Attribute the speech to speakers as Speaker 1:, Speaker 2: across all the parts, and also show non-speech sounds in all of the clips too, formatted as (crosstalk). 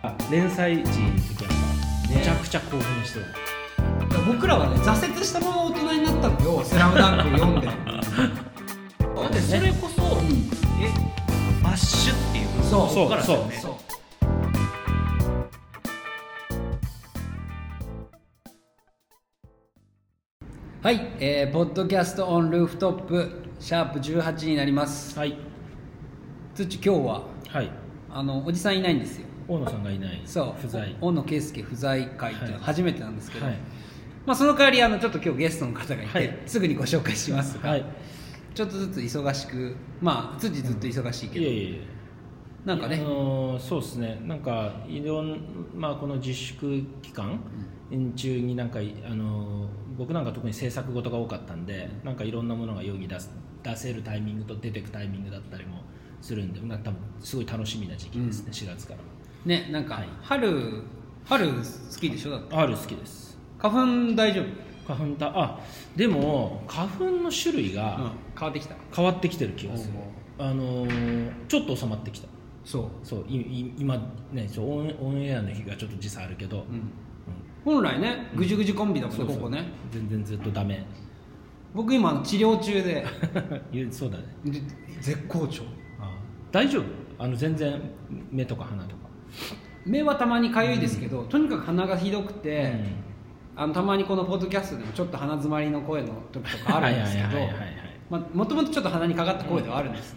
Speaker 1: 催時の時はさめちゃくちゃ興奮してた
Speaker 2: 僕らはね挫折したまま大人になったのよ「スラムダンク読んで
Speaker 3: だってそれこそ、えマッシュっていう
Speaker 2: そう
Speaker 3: こからですよね
Speaker 2: そうはい、えー、ポッドキャストオンルーフトップシャープ18になります
Speaker 1: はい
Speaker 2: つっち今日は
Speaker 1: はい
Speaker 2: あのおじさんいないんですよ
Speaker 1: 大野さんがいない
Speaker 2: そう
Speaker 1: 不在
Speaker 2: お小野圭介不在会っていうの
Speaker 1: はい
Speaker 2: は初めてなんですけど、
Speaker 1: はい
Speaker 2: まあ、その代わりあのちょっと今日ゲストの方がいて、
Speaker 1: はい
Speaker 2: すぐにご紹介しますが、
Speaker 1: はい
Speaker 2: ちょっとずつ忙しくまあ辻ずっと忙しいけ
Speaker 1: い
Speaker 2: ど、
Speaker 1: えいえ
Speaker 2: なんか
Speaker 1: あ
Speaker 2: ね
Speaker 1: のーそうですねなんかいろんまあこの自粛期間中になんかいあのー僕なんか特に制作事が多かったんでなんかいろんなものが世に出す出せるタイミングと出てくタイミングだったりもするんでなんか多分すごい楽しみな時期ですね、4月から
Speaker 2: ねなんか
Speaker 1: はい
Speaker 2: 春、春好きでしょだって
Speaker 1: R 好きです
Speaker 2: 花粉大丈夫、
Speaker 1: 花粉だあでも花粉の種類
Speaker 2: う
Speaker 1: が
Speaker 2: ん、変わってきた
Speaker 1: 変わってきてる気がする、あのーちょっと収まってきた
Speaker 2: そう、
Speaker 1: そういい今ねそうオンオンエアの日がちょっと時差あるけど、
Speaker 2: うん、本来ねぐじゅぐじゅコンビだもん
Speaker 1: そ
Speaker 2: ね、
Speaker 1: うそう
Speaker 2: ここね
Speaker 1: 全然ずっとダ
Speaker 2: (laughs)
Speaker 1: メ
Speaker 2: 僕今あの治療中
Speaker 1: (laughs)
Speaker 2: で
Speaker 1: 言うそうだね
Speaker 2: で絶好調
Speaker 1: あ大丈夫あの全然目とか鼻とか
Speaker 2: 目はたまにかゆいですけど、とにかく鼻がひどくて、あのたまにこのポッドキャストでもちょっと鼻詰まりの声の時とかあるんですけ
Speaker 1: はいはいはいはいはい
Speaker 2: どまあもともとちょっと鼻にかかった声ではあるんです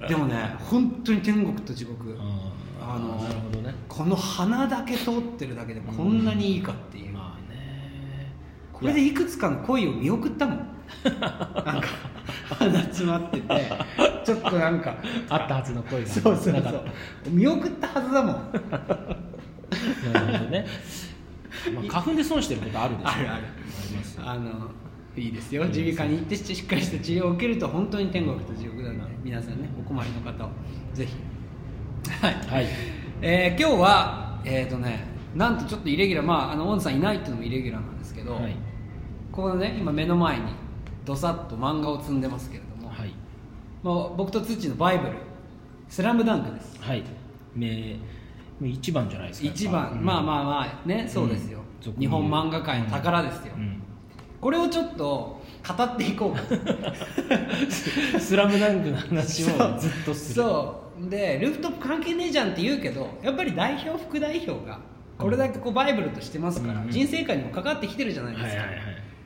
Speaker 2: が (laughs) でもね本当に天国と地獄
Speaker 1: うん、あー
Speaker 2: あのー
Speaker 1: なるほどね
Speaker 2: この鼻だけ通ってるだけでこんなにいいかっていう、
Speaker 1: まあね
Speaker 2: これでいくつかの恋を見送ったもんなんか鼻詰まっててちょっとなんか
Speaker 1: あったはずの声が
Speaker 2: そうそうそ
Speaker 1: なかっ
Speaker 2: う見送ったはずだもん
Speaker 1: たなるほどね、まあ、花粉で損してることあるでしょ
Speaker 2: あるある
Speaker 1: りますよ
Speaker 2: あのいいですよ耳鼻科に行ってしっかりした治療を受けると本当に天国と地獄なんで皆さんねお困りの方をぜひはい、
Speaker 1: はい
Speaker 2: えー今日はえっ、とねなんとちょっとイレギュラーまああのオンさんいないっていうのもイレギュラーなんですけど、
Speaker 1: はい
Speaker 2: このね今目の前にどさっと漫画を積んでますけれども、
Speaker 1: はい
Speaker 2: もう僕と土のバイブル「スラムダンクです
Speaker 1: はい名一番じゃないですか
Speaker 2: 一番、まあまあまあねそうですよ、
Speaker 1: うん俗に言
Speaker 2: 日
Speaker 1: う
Speaker 2: 本漫画界の宝ですよ、
Speaker 1: あ、うん
Speaker 2: これをちょっと語っていこうかと
Speaker 1: (laughs) 「 (laughs) スラムダンクの話をずっとする
Speaker 2: そうでルーフトップ関係ねえじゃんって言うけどやっぱり代表副代表がこれだけこうバイブルとしてますから、
Speaker 1: うん
Speaker 2: 人生観にも関わってきてるじゃないです
Speaker 1: は
Speaker 2: か,、
Speaker 1: いはい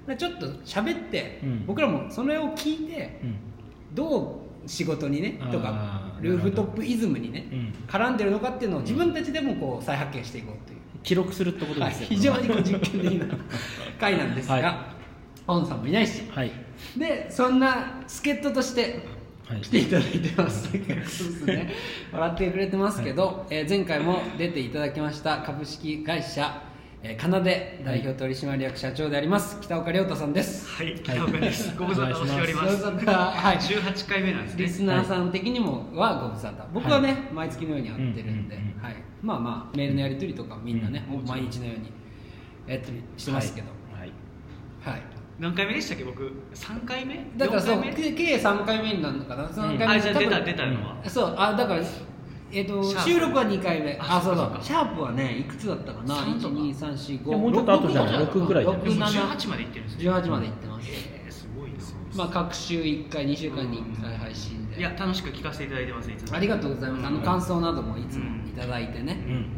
Speaker 1: はい、
Speaker 2: ちょっと喋って、
Speaker 1: うん
Speaker 2: 僕らもそれを聞いて
Speaker 1: うん
Speaker 2: どう仕事にねと
Speaker 1: あ
Speaker 2: か
Speaker 1: ー
Speaker 2: ルーフトップイズムにね、
Speaker 1: うん
Speaker 2: 絡んでるのかっていうのを自分たちでもこう再発見していこうという
Speaker 1: 記録するってこと
Speaker 2: は
Speaker 1: で
Speaker 2: い、
Speaker 1: すよ、
Speaker 2: 非常にこう実験的な回なんですが、
Speaker 1: は
Speaker 2: オンさんもいないし
Speaker 1: はい
Speaker 2: でそんな助っ人として
Speaker 1: はい
Speaker 2: 来ていただいて
Speaker 1: (laughs)
Speaker 2: ます、そうですね笑ってくれてますけど、えー前回も出ていただきました株式会社えーかなで代表取締役社長であります北岡亮太さんです
Speaker 3: はい北岡ですご無沙汰をしており
Speaker 2: ご
Speaker 3: ま
Speaker 2: 無
Speaker 3: す
Speaker 2: 沙汰はい
Speaker 3: 18回目なんです
Speaker 2: リ
Speaker 3: ね
Speaker 2: スナーさん的にもはご無沙汰僕はね、毎月のように会ってるんで、
Speaker 1: うんうんうん
Speaker 2: はい、まあまあメールのやり取りとかみんなね、
Speaker 1: うん
Speaker 2: もう毎日のようにやってしてますけど、
Speaker 1: はい、はい
Speaker 2: はい
Speaker 3: 何回目でしたっけ僕3回目
Speaker 2: だからそう
Speaker 3: 4回目
Speaker 2: け計3回目になるのかな三回目
Speaker 3: あじゃあ
Speaker 2: 多
Speaker 3: 出
Speaker 2: 分
Speaker 3: た出たのは
Speaker 2: そうあだからえっと
Speaker 3: シャープ
Speaker 2: 収録は2回目
Speaker 3: あ
Speaker 2: あそうそ
Speaker 3: そう
Speaker 2: う
Speaker 3: か
Speaker 2: シャープはねいくつだったかな
Speaker 3: 三とか
Speaker 1: いやもうちょっと後じゃない
Speaker 2: 12345
Speaker 1: 六ぐらいじゃない
Speaker 3: でも18までいってるんですね
Speaker 2: 18まで行ってます、
Speaker 3: えーすごいな
Speaker 2: まあ各週1回2週間に1回配信で
Speaker 3: いや楽しく聞かせていただいてますいつも
Speaker 2: ありがとうございますあの感想などもいつ
Speaker 3: うん
Speaker 2: もいただいてね、
Speaker 1: うん、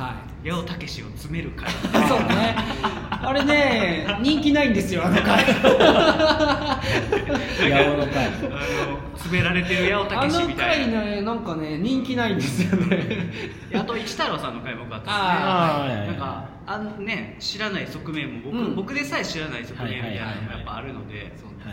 Speaker 2: はい
Speaker 3: 矢尾武を詰める会 (laughs)
Speaker 2: そうねあれね人気ないんです (laughs) よあの回
Speaker 1: 八尾の会
Speaker 3: あの詰められてる矢尾
Speaker 2: あ
Speaker 3: 武
Speaker 2: の
Speaker 3: みた
Speaker 2: 回
Speaker 3: いな
Speaker 2: ねなんかね人気ないんですよ (laughs) ね
Speaker 3: あと一太郎さんの回もよかったですね
Speaker 1: ーはい
Speaker 2: あ
Speaker 1: はいはい
Speaker 3: なんかあのね知らない側面も僕,、
Speaker 2: うん
Speaker 3: 僕でさえ知らない側面みたいなのもやっぱあるので、
Speaker 1: はい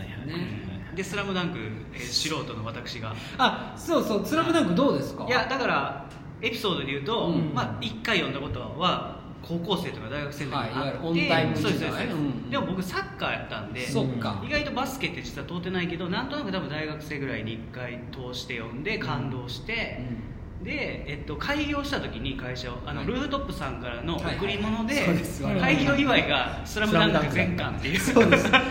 Speaker 1: はい
Speaker 2: ね
Speaker 3: で「スラムダンク、えー素人の私が
Speaker 2: あそうそう「スラムダンクどうですか
Speaker 3: いやだからエピソードで言うと、
Speaker 2: うん
Speaker 3: まあ、1回読んだことは高校生とか大学生の時にあって、
Speaker 2: はいいわゆるオンタイム
Speaker 3: そうですそう
Speaker 2: 時代
Speaker 3: です、
Speaker 2: うんうん
Speaker 3: でも僕サッカーやったんで
Speaker 2: そっか
Speaker 3: 意外とバスケって実は通ってないけどなんとなく多分大学生ぐらいに1回通して読んで感動し
Speaker 2: う
Speaker 3: て、で、えっと、開業した時に会社をあの、
Speaker 2: はい
Speaker 3: ルーフトップさんからの
Speaker 2: はい
Speaker 3: 贈り物で,、
Speaker 2: はいそうです我々
Speaker 3: 開業祝いが「スラムダンク全巻っていう
Speaker 2: そうです
Speaker 3: ま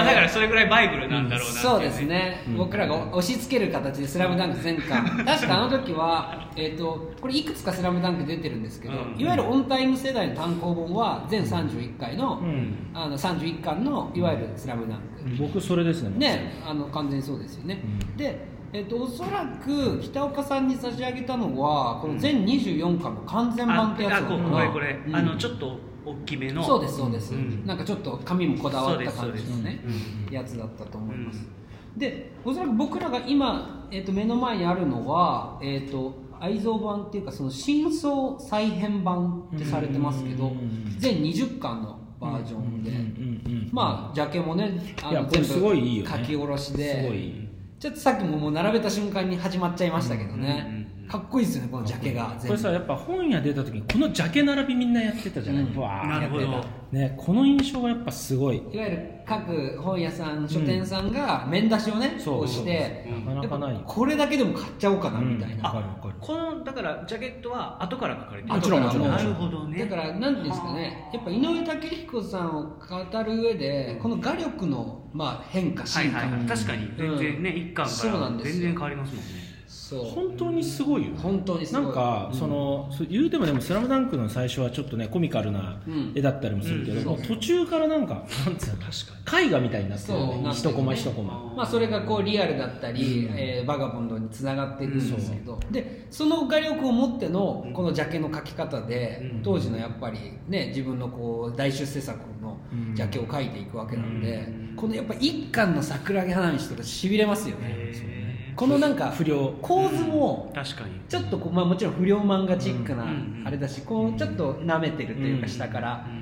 Speaker 3: あ、だからそれぐらいバイブルなんだろうなってい
Speaker 2: そうですね、
Speaker 1: うん
Speaker 2: 僕らが押し付ける形で「スラムダンク全巻確かあの時は、えー、とこれいくつか「スラムダンク出てるんですけど、
Speaker 3: うん
Speaker 2: いわゆるオンタイム世代の単行本は全31回の,、
Speaker 1: うん
Speaker 2: あの31巻のいわゆる「スラムダンク、
Speaker 1: 僕それですね
Speaker 2: ねあの完全にそうですよね、
Speaker 1: うん
Speaker 2: で、えっとおそらく北岡さんに差し上げたのはこの全24巻の完全版ってやつ
Speaker 3: あ
Speaker 2: な
Speaker 3: こ
Speaker 2: のか
Speaker 3: うこ
Speaker 2: な
Speaker 3: れこれ、
Speaker 2: うん
Speaker 3: あのちょっと大きめの
Speaker 2: そうですそうです、
Speaker 3: うん
Speaker 2: なんかちょっと紙もこだわった
Speaker 3: そう
Speaker 2: 感
Speaker 3: で
Speaker 2: じ
Speaker 3: す
Speaker 2: のね
Speaker 3: そうです
Speaker 1: うん
Speaker 2: やつだったと思います、でおそらく僕らが今、えっと目の前にあるのは、えっと愛蔵版っていうかその真相再編版ってされてますけど、
Speaker 1: うん
Speaker 2: 全20巻のバージョンで、
Speaker 1: うんうんうんうん
Speaker 2: まあジャケもねあ
Speaker 1: いやこれすごいいいよね
Speaker 2: 書き下ろしです
Speaker 1: ごい
Speaker 2: ちょっとさっきももう並べた瞬間に始まっちゃいましたけどね、
Speaker 3: うんうん
Speaker 2: かっこいいですよねこのジャケが
Speaker 1: これさやっぱ本屋出た時にこのジャケ並びみんなやってたじゃない、
Speaker 2: うん
Speaker 1: わー
Speaker 3: なるほ
Speaker 2: やっ
Speaker 3: ど
Speaker 2: て
Speaker 1: ね、この印象がやっぱすごい
Speaker 2: いわゆる各本屋さん書店さんが面出しをね、
Speaker 1: そう
Speaker 2: こうして
Speaker 3: うん
Speaker 1: なかなかない
Speaker 2: やっぱこれだけでも買っちゃおうかなみたいな、
Speaker 1: わかるわかる
Speaker 3: このだからジャケットは後から書かれてる
Speaker 2: もちろんもちろん
Speaker 3: なるほどね
Speaker 2: だから何ていうんですかねやっぱ井上武彦さんを語る上でこの画力のまあ変化
Speaker 3: はい
Speaker 2: 進化、
Speaker 3: はいはい確かに全然ね、一1巻か
Speaker 2: そうな
Speaker 3: ら
Speaker 2: んですよ
Speaker 3: 全然変わりますもんね
Speaker 2: そう
Speaker 1: 本当にすごいよね
Speaker 2: 本当にすごい
Speaker 1: なんか、
Speaker 2: うん
Speaker 1: そのそう言うてもでも「スラムダンクの最初はちょっとねコミカルな
Speaker 2: うん
Speaker 1: 絵だったりもするけど、
Speaker 2: うん
Speaker 1: もう途中からなんかなんつうの絵画みたいになってるよ
Speaker 2: そう
Speaker 1: ね
Speaker 2: なってる
Speaker 1: 一
Speaker 2: ね
Speaker 1: コマ一コマ
Speaker 2: まあ、それがこうリアルだったり、えーバガボンドにつながっていくんですけど、でその画力を持ってのこのジャケの描き方で、
Speaker 3: うん
Speaker 2: 当時のやっぱりね自分のこう大出世作のジャケを描いていくわけなので、
Speaker 3: うん
Speaker 2: このやっぱ一巻の桜木花道とかしびれますよね、
Speaker 3: へー
Speaker 2: このなんか
Speaker 1: 不良
Speaker 2: 構図も
Speaker 3: 確かに
Speaker 2: ちょっとこう、まあ、もちろん不良漫画チックな
Speaker 3: うん
Speaker 2: あれだし、こうちょっと舐めてるという
Speaker 1: う
Speaker 2: か
Speaker 1: ん
Speaker 2: 下から、
Speaker 3: うん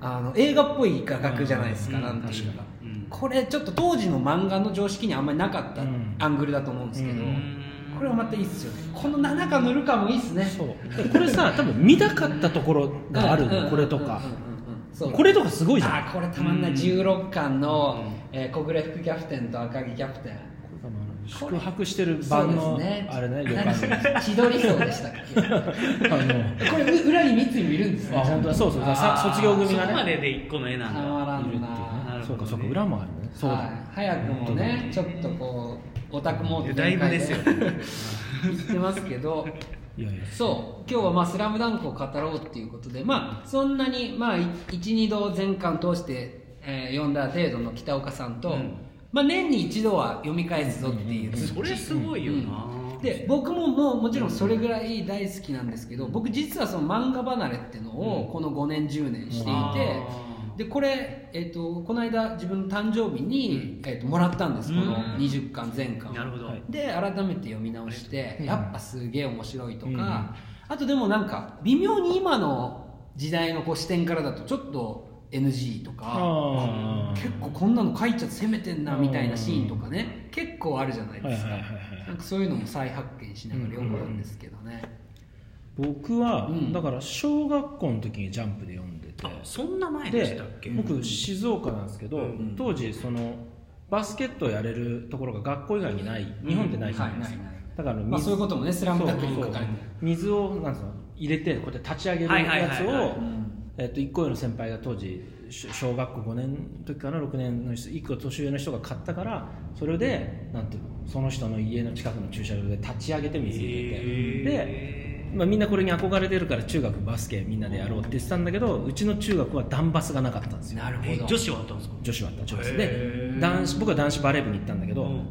Speaker 2: あの映画っぽい画角じゃないですか、
Speaker 3: うん
Speaker 2: なんていうか。
Speaker 3: うん
Speaker 2: これちょっと当時の漫画の常識にあんまりなかった
Speaker 1: うん
Speaker 2: アングルだと思うんですけど、
Speaker 3: うん
Speaker 2: これはまたいいっすよねこの7巻のルカもいいっすね
Speaker 1: そうでこれさ多分見たかったところがある
Speaker 2: うん
Speaker 1: のこれとか
Speaker 2: うんうんうんうんそう
Speaker 1: これとかすごいじゃん
Speaker 2: あーこれたまんない16巻の
Speaker 3: うん、
Speaker 2: えー小暮副キャプテンと赤木キャプテン
Speaker 1: あの宿泊してる晩
Speaker 2: そ
Speaker 1: の、
Speaker 2: うですね
Speaker 1: あれね旅館
Speaker 2: (laughs)
Speaker 1: で
Speaker 2: 千鳥層でしたっ
Speaker 1: (laughs) あの
Speaker 2: けこれう裏に三つもいるんですね
Speaker 1: あ本当だそうそう
Speaker 2: あー
Speaker 1: さ卒業組
Speaker 3: そ
Speaker 1: が
Speaker 3: こま
Speaker 1: ね
Speaker 3: でで一個の絵な
Speaker 2: た
Speaker 3: んだ
Speaker 2: まら
Speaker 1: いるってい
Speaker 2: ん
Speaker 1: うね
Speaker 2: な
Speaker 3: なるほどね
Speaker 1: そうかそうか裏もあるねそうだ、
Speaker 2: はい、早くもねちょっとこうオタクモード
Speaker 3: だい
Speaker 2: 全
Speaker 3: ぶ
Speaker 2: 開
Speaker 3: ですよ
Speaker 2: 言ってますけど
Speaker 1: い、やいや
Speaker 2: そう今日はまあ「スラムダンクを語ろうっていうことでまあそんなにまあ12度全巻通して、えー読んだ程度の北岡さんと、
Speaker 3: うん
Speaker 2: まあ、年に一度は読み返すぞっていう、
Speaker 3: それすごいよな、
Speaker 2: で僕ももうもちろんそれぐらい大好きなんですけど僕実はその漫画離れっていうのをこの5年10年してい
Speaker 3: あ
Speaker 2: て、
Speaker 3: ー
Speaker 2: でこれ、えっとこの間自分の誕生日に、えっともらったんですこの20巻全巻を
Speaker 3: なるほど、
Speaker 1: はい
Speaker 2: で改めて読み直して
Speaker 1: うん
Speaker 2: やっぱすげえ面白いとか、
Speaker 1: うん
Speaker 2: あとでもなんか微妙に今の時代のこう視点からだとちょっと NG とか
Speaker 1: あー
Speaker 2: 結構こんなの書いちゃって攻めてんなみたいなシーンとかね結構あるじゃない
Speaker 1: はい
Speaker 2: で
Speaker 1: はい
Speaker 2: すか、
Speaker 1: はいはい
Speaker 2: なんかそういうのも再発見しながら読むんですけどね、
Speaker 1: 僕は、
Speaker 2: うん
Speaker 1: だから小学校の時に「ジャンプ」で読んでて
Speaker 3: あそんな前でし
Speaker 1: で
Speaker 3: たっけ
Speaker 1: 僕静岡なんですけど、
Speaker 3: うん
Speaker 1: 当時そのバスケットをやれるところが学校以外にない日本ってないじゃないですか、
Speaker 2: はいないない
Speaker 1: だから水,、
Speaker 2: まあ、そういうこともね「スラムダンクにも書かれてる
Speaker 1: 水をなんつうの入れてこうやって立ち上げる
Speaker 3: はいはい
Speaker 1: や
Speaker 3: は
Speaker 1: つ
Speaker 3: い
Speaker 1: を、
Speaker 3: は
Speaker 2: う
Speaker 3: い
Speaker 2: ん
Speaker 1: えっと一個上の先輩が当時し小学校5年の時かな6年の人1個年上の人が買ったからそれでなんていうのその人の家の近くの駐車場で立ち上げて水入れて、で
Speaker 3: へー
Speaker 1: まあ、みんなこれに憧れてるから中学バスケみんなでやろうって言ってたんだけどうちの中学は段バスがなかったんですよ
Speaker 2: なるほ
Speaker 3: え
Speaker 2: ど
Speaker 3: 女子はあったんですか
Speaker 1: 女子はあった女子
Speaker 3: へ
Speaker 1: で
Speaker 3: ー
Speaker 1: 男子僕は男子バレー部に行ったんだけど、
Speaker 3: うん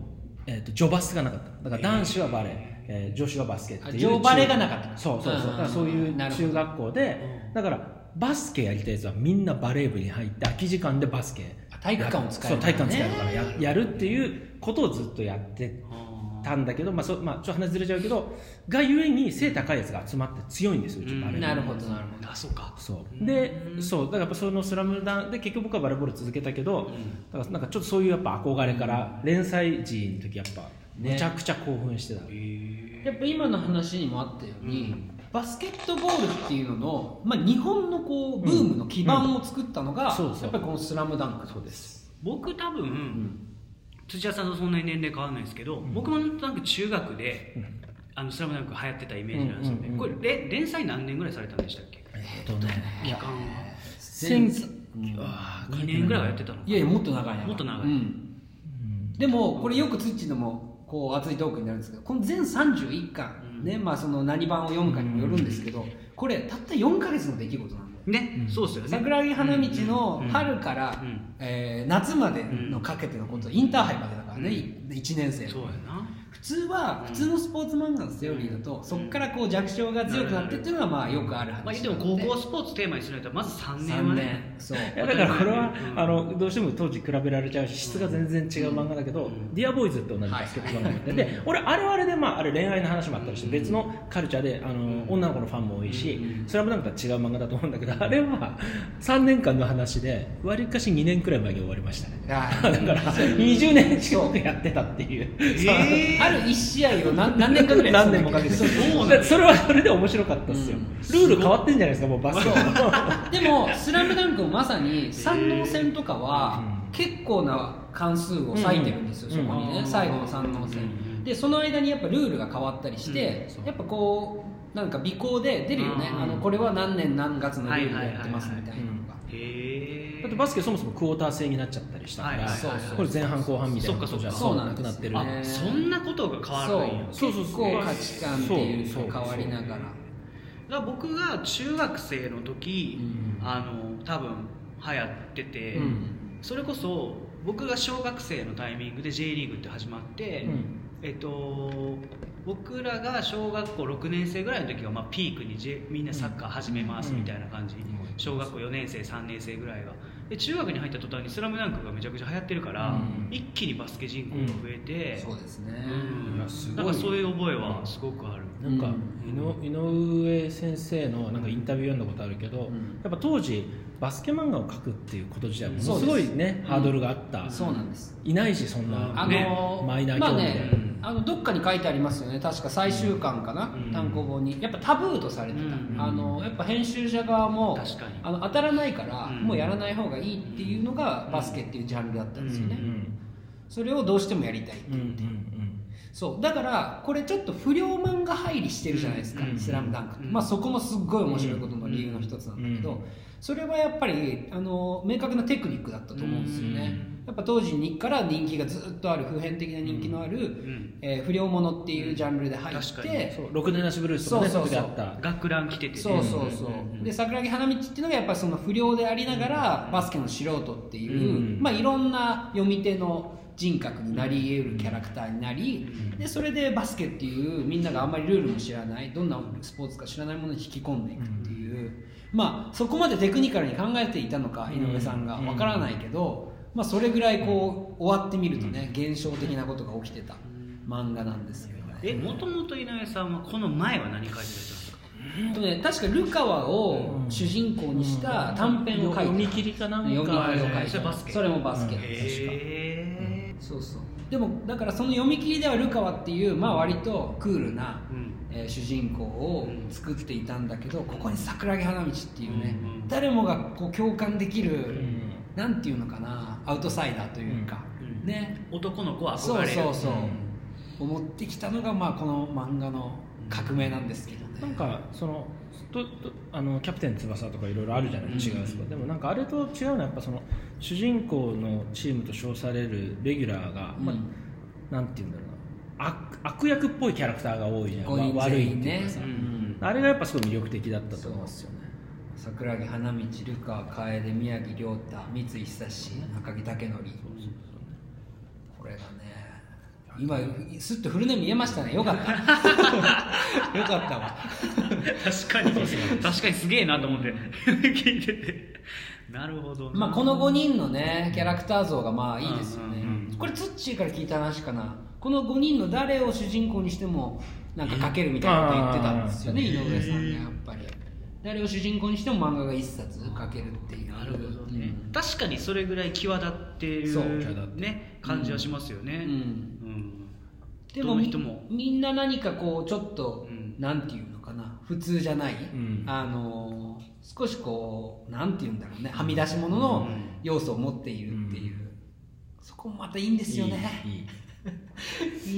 Speaker 1: えー、と女バスがなかっただから男子はバレー、えー女子はバスケっていう
Speaker 2: あ女バレがなかった
Speaker 1: そうそうそう
Speaker 2: うんう
Speaker 1: だ
Speaker 2: んうん
Speaker 1: からそういう
Speaker 2: なるほど
Speaker 1: 中学校でだからバスケやりたいやつはみんなバレー部に入って空き時間でバスケ
Speaker 2: あ体育館を使え
Speaker 1: そ
Speaker 2: る
Speaker 1: う体育館使えるからややるっていうことをずっとやって
Speaker 3: あー
Speaker 1: たんだけど、まあそまあ、ちょっと話ずれちゃうけどがゆえに背高いやつが集まって強いんですようちバレー部
Speaker 2: なるほどなるほど
Speaker 3: あそうか
Speaker 1: そうでそうだからやっぱその「スラムダンで結局僕はバレーボール続けたけど、だからなんかちょっとそういうやっぱ憧れから連載時の時やっぱ
Speaker 2: ね
Speaker 1: めちゃくちゃ興奮してた、
Speaker 2: やっぱ今の話にもあったように、バスケットボールっていうのの、まあ、日本のこうブームの基盤を作ったのが、
Speaker 1: うんそうそう
Speaker 2: やっぱりこの「スラムダンクそうです
Speaker 3: 僕多分、土屋さんとそんなに年齢変わらないですけど、僕もなんとなく中学で、あのスラムダンク流行ってたイメージなんですよね、
Speaker 1: うんうんうん
Speaker 3: これれ連載何年ぐらいされたんでしたっけ
Speaker 1: えっとねい
Speaker 3: 期
Speaker 1: や
Speaker 3: 間は
Speaker 1: 千
Speaker 2: うん
Speaker 3: 2年ぐらいはやってたのか
Speaker 2: いやいやもっと長いな
Speaker 3: もっと長
Speaker 2: う
Speaker 3: い
Speaker 2: んでもこれよくツイッチのもこう熱いトークになるんですけどこの全31巻、
Speaker 3: うん
Speaker 2: ねまあ、その何版を読むかにもよるんですけど、これたった4か月の出来事なんで
Speaker 3: ね、
Speaker 1: うん
Speaker 3: そうっすよね
Speaker 2: 桜木花道の
Speaker 3: うん
Speaker 2: 春から、
Speaker 3: うん
Speaker 2: えー夏までのかけてのこと、インターハイまでだからね、1年生
Speaker 3: そうやな
Speaker 2: 普通は普通のスポーツ漫画のセオリーだと、そこからこう弱小が強くなってっていうのはまあよくある話
Speaker 3: まあ、
Speaker 2: な
Speaker 3: でも
Speaker 2: ん
Speaker 3: 高校スポーツテーマにするとまず3年は
Speaker 2: 3
Speaker 3: ね
Speaker 2: 年そう
Speaker 1: いやだからこれは、
Speaker 3: うん
Speaker 1: あのどうしても当時比べられちゃうし質が全然違う漫画だけど「
Speaker 3: うん
Speaker 1: ディアボーイズって同じバスケット漫画で,、で俺あれはあれで、まあ、あれ恋愛の話もあったりして、別のカルチャーであの、女の子のファンも多いし「
Speaker 3: うん
Speaker 1: スラムダンクとは違う漫画だと思うんだけどあれは3年間の話でわりかし2年くらい前に終わりましたね
Speaker 2: あ
Speaker 1: だから20年近くやってたっていう。
Speaker 3: え
Speaker 2: (laughs)
Speaker 3: ー
Speaker 2: ある1試合を何何年かぐらい
Speaker 1: (laughs) 何年もかけて
Speaker 2: そう
Speaker 3: そうなん
Speaker 1: だそれはそれで面白かったですよ、
Speaker 2: うん
Speaker 1: ルール変わってんじゃないですかもうバスケ (laughs) は
Speaker 2: でも「スラムダンクもまさに山王戦とかは
Speaker 1: うん
Speaker 2: 結構な関数を割いてるんですよ、
Speaker 1: うん
Speaker 2: そこにね、
Speaker 3: うん
Speaker 2: 最後の山王戦、
Speaker 3: うん
Speaker 2: でその間にやっぱルールが変わったりして
Speaker 1: うん、そう
Speaker 2: やっぱこうなんか尾行で出るよね、
Speaker 3: うん
Speaker 2: あのこれは何年何月のルールでやってますみたいなのが、
Speaker 3: へえ
Speaker 1: だってバスケそもそもクォーター制になっちゃったりしたから、
Speaker 3: はいはい
Speaker 2: はいはい
Speaker 1: これ前半後半みたいなことじゃ
Speaker 2: そっかそっか
Speaker 1: なくなってる
Speaker 2: そうなん
Speaker 1: ね
Speaker 2: で
Speaker 3: あそんなことが変わるんや
Speaker 2: そ
Speaker 1: そううそう
Speaker 2: 結
Speaker 1: そう
Speaker 2: 構価値観っていう
Speaker 1: そうそう
Speaker 2: か変わりながら
Speaker 3: だから僕が中学生の時、
Speaker 2: うん
Speaker 3: あの多分流行ってて、
Speaker 2: うん
Speaker 3: それこそ僕が小学生のタイミングで J リーグって始まって、
Speaker 1: うん
Speaker 3: えっと僕らが小学校6年生ぐらいの時は、まあ、ピークに、J、みんなサッカー始めますみたいな感じ、
Speaker 1: ん
Speaker 3: 小学校4年生3年生ぐらいがで中学に入った途端に「スラムダンクがめちゃくちゃ流行ってるか
Speaker 1: う
Speaker 3: ら、
Speaker 1: ん
Speaker 3: 一気にバスケ人口が増えて、
Speaker 2: そうですね、
Speaker 3: うん
Speaker 1: いやすごい
Speaker 3: なんかそういう覚えはすごくある、
Speaker 1: なんか
Speaker 2: う
Speaker 1: 井の井上先生のなんかインタビュー読んだことあるけど、
Speaker 2: うん
Speaker 1: やっぱ当時バスケ漫画を描くっていうこと自体もの
Speaker 2: そうで
Speaker 1: す
Speaker 2: す
Speaker 1: ごいね
Speaker 2: うん
Speaker 1: ハードルがあった、
Speaker 2: そうなんです
Speaker 1: いないしそん
Speaker 3: うん
Speaker 1: な、
Speaker 2: あの
Speaker 1: ね
Speaker 2: ー
Speaker 1: マイナー
Speaker 2: まあ
Speaker 1: 興味で、
Speaker 2: ねあのどっかに書いてありますよね確か最終巻かな、
Speaker 3: うん
Speaker 2: 単行本にやっぱタブーとされてた、
Speaker 3: うん
Speaker 2: あのやっぱ編集者側も
Speaker 3: 確かに
Speaker 2: あの当たらないから、
Speaker 3: うん
Speaker 2: もうやらない方がいいっていうのがバスケっていうジャンルだったんですよね、
Speaker 1: うん
Speaker 2: それをどうしてもやりたいっ
Speaker 1: う
Speaker 2: て
Speaker 1: んうんう
Speaker 2: いうんそうだからこれちょっと不良漫画入りしてるじゃないですか「
Speaker 3: うん
Speaker 2: スラムダンクって、
Speaker 3: うん
Speaker 2: まあそこもすっごい面白いことの理由の一つなんだけど、
Speaker 1: うん
Speaker 2: それはやっぱりあの明確なテクニックだったと思うんですよね、やっぱ当時にから人気がずっとある普遍的な人気のある、
Speaker 3: ん
Speaker 2: えー不良ものっていうジャンルで入っ
Speaker 3: 確か
Speaker 2: て、
Speaker 3: に
Speaker 1: そう6年なしブルースとかね
Speaker 2: そうそうそう
Speaker 1: 時々あった
Speaker 3: 学ラン着てて、ね、
Speaker 2: そうそうそう、
Speaker 3: んんん
Speaker 2: で桜木花道っていうのがやっぱりその不良でありながらバスケの素人っていう、
Speaker 1: うん
Speaker 2: まあ、いろんな読み手の人格になり得るキャラクターになり、でそれでバスケっていうみんながあんまりルールも知らないどんなスポーツか知らないものに引き込んでいくっていう、まあ、そこまでテクニカルに考えていたのか井上さんが
Speaker 1: うん
Speaker 2: わからないけど、まあ、それぐらいこう終わってみるとね現象的なことが起きてた漫画なんですよね。
Speaker 3: えもともと井上さんはこの前は何書いてらっしゃるんですか
Speaker 2: うんとね、確かルカワを主人公にした短編を書いてた、
Speaker 1: 読み切りかなんか
Speaker 2: 読み切りを書
Speaker 3: はい
Speaker 2: い
Speaker 3: はい
Speaker 2: て
Speaker 3: それ
Speaker 2: た
Speaker 3: バスケ
Speaker 2: それもバスケ、
Speaker 1: うん
Speaker 3: へ
Speaker 2: そうそうでもだからその読み切りではルカワっていう、まあ、割とクールな、
Speaker 3: ーうん
Speaker 2: えー主人公を作っていたんだけどここに桜木花道っていうね、
Speaker 3: うんうん
Speaker 2: 誰もがこう共感できる、
Speaker 1: ん
Speaker 2: なんていうのかなアウトサイダーというか、
Speaker 3: うん
Speaker 2: ね
Speaker 3: 男の子は
Speaker 2: そ
Speaker 3: 憧
Speaker 2: う
Speaker 3: れる
Speaker 2: そうそう
Speaker 1: う、
Speaker 2: 思ってきたのが、まあ、この漫画の革命なんですけどね、
Speaker 1: なんかそのととあのキャプテン翼とかいろいろあるじゃない、
Speaker 2: うん
Speaker 1: 違うスポーツでもなんかあれと違うのはやっぱその主人公のチームと称されるレギュラーが、まあ
Speaker 2: うん
Speaker 1: なんていうんだろうな悪悪役っぽいキャラクターが多いじゃん
Speaker 2: 五人
Speaker 1: わ悪
Speaker 2: 全
Speaker 1: いっ
Speaker 2: 員
Speaker 1: てい
Speaker 2: ね
Speaker 1: うかさ、
Speaker 3: うん
Speaker 1: あれがやっぱすごい魅力的だったと思うんですよね
Speaker 2: 桜木花道ルカ楓宮城亮太三井久志赤木武則これがね今すっとフルネーム言えましたねよかった
Speaker 3: (laughs)
Speaker 2: よかったわ
Speaker 3: 確かに確かにすげえなと思って聞いててなるほどな
Speaker 2: まあこの5人のねキャラクター像がまあいいですよね、
Speaker 3: うんうんうん
Speaker 2: これツッチーから聞いた話かなこの5人の誰を主人公にしてもなんか描けるみたいなこと言ってたんですよね
Speaker 1: え
Speaker 2: 井上さんがやっぱり誰を主人公にしても漫画が1冊描けるっていう
Speaker 3: なるほどね、
Speaker 2: うん
Speaker 3: 確かにそれぐらい際立って
Speaker 2: そう
Speaker 1: 際立っ
Speaker 3: る、
Speaker 1: て
Speaker 3: ね、感じはしますよね
Speaker 2: うん
Speaker 3: うん
Speaker 2: でも
Speaker 3: どの
Speaker 2: み
Speaker 3: 人も
Speaker 2: みんな何かこうちょっと、
Speaker 3: うん
Speaker 2: なんていうのかな普通じゃない、
Speaker 1: ん
Speaker 2: あのー少しこうなんていうんだろうねはみ出し物の
Speaker 3: うん
Speaker 2: 要素を持っているっていう、そこもまたいいんですよね
Speaker 1: いいい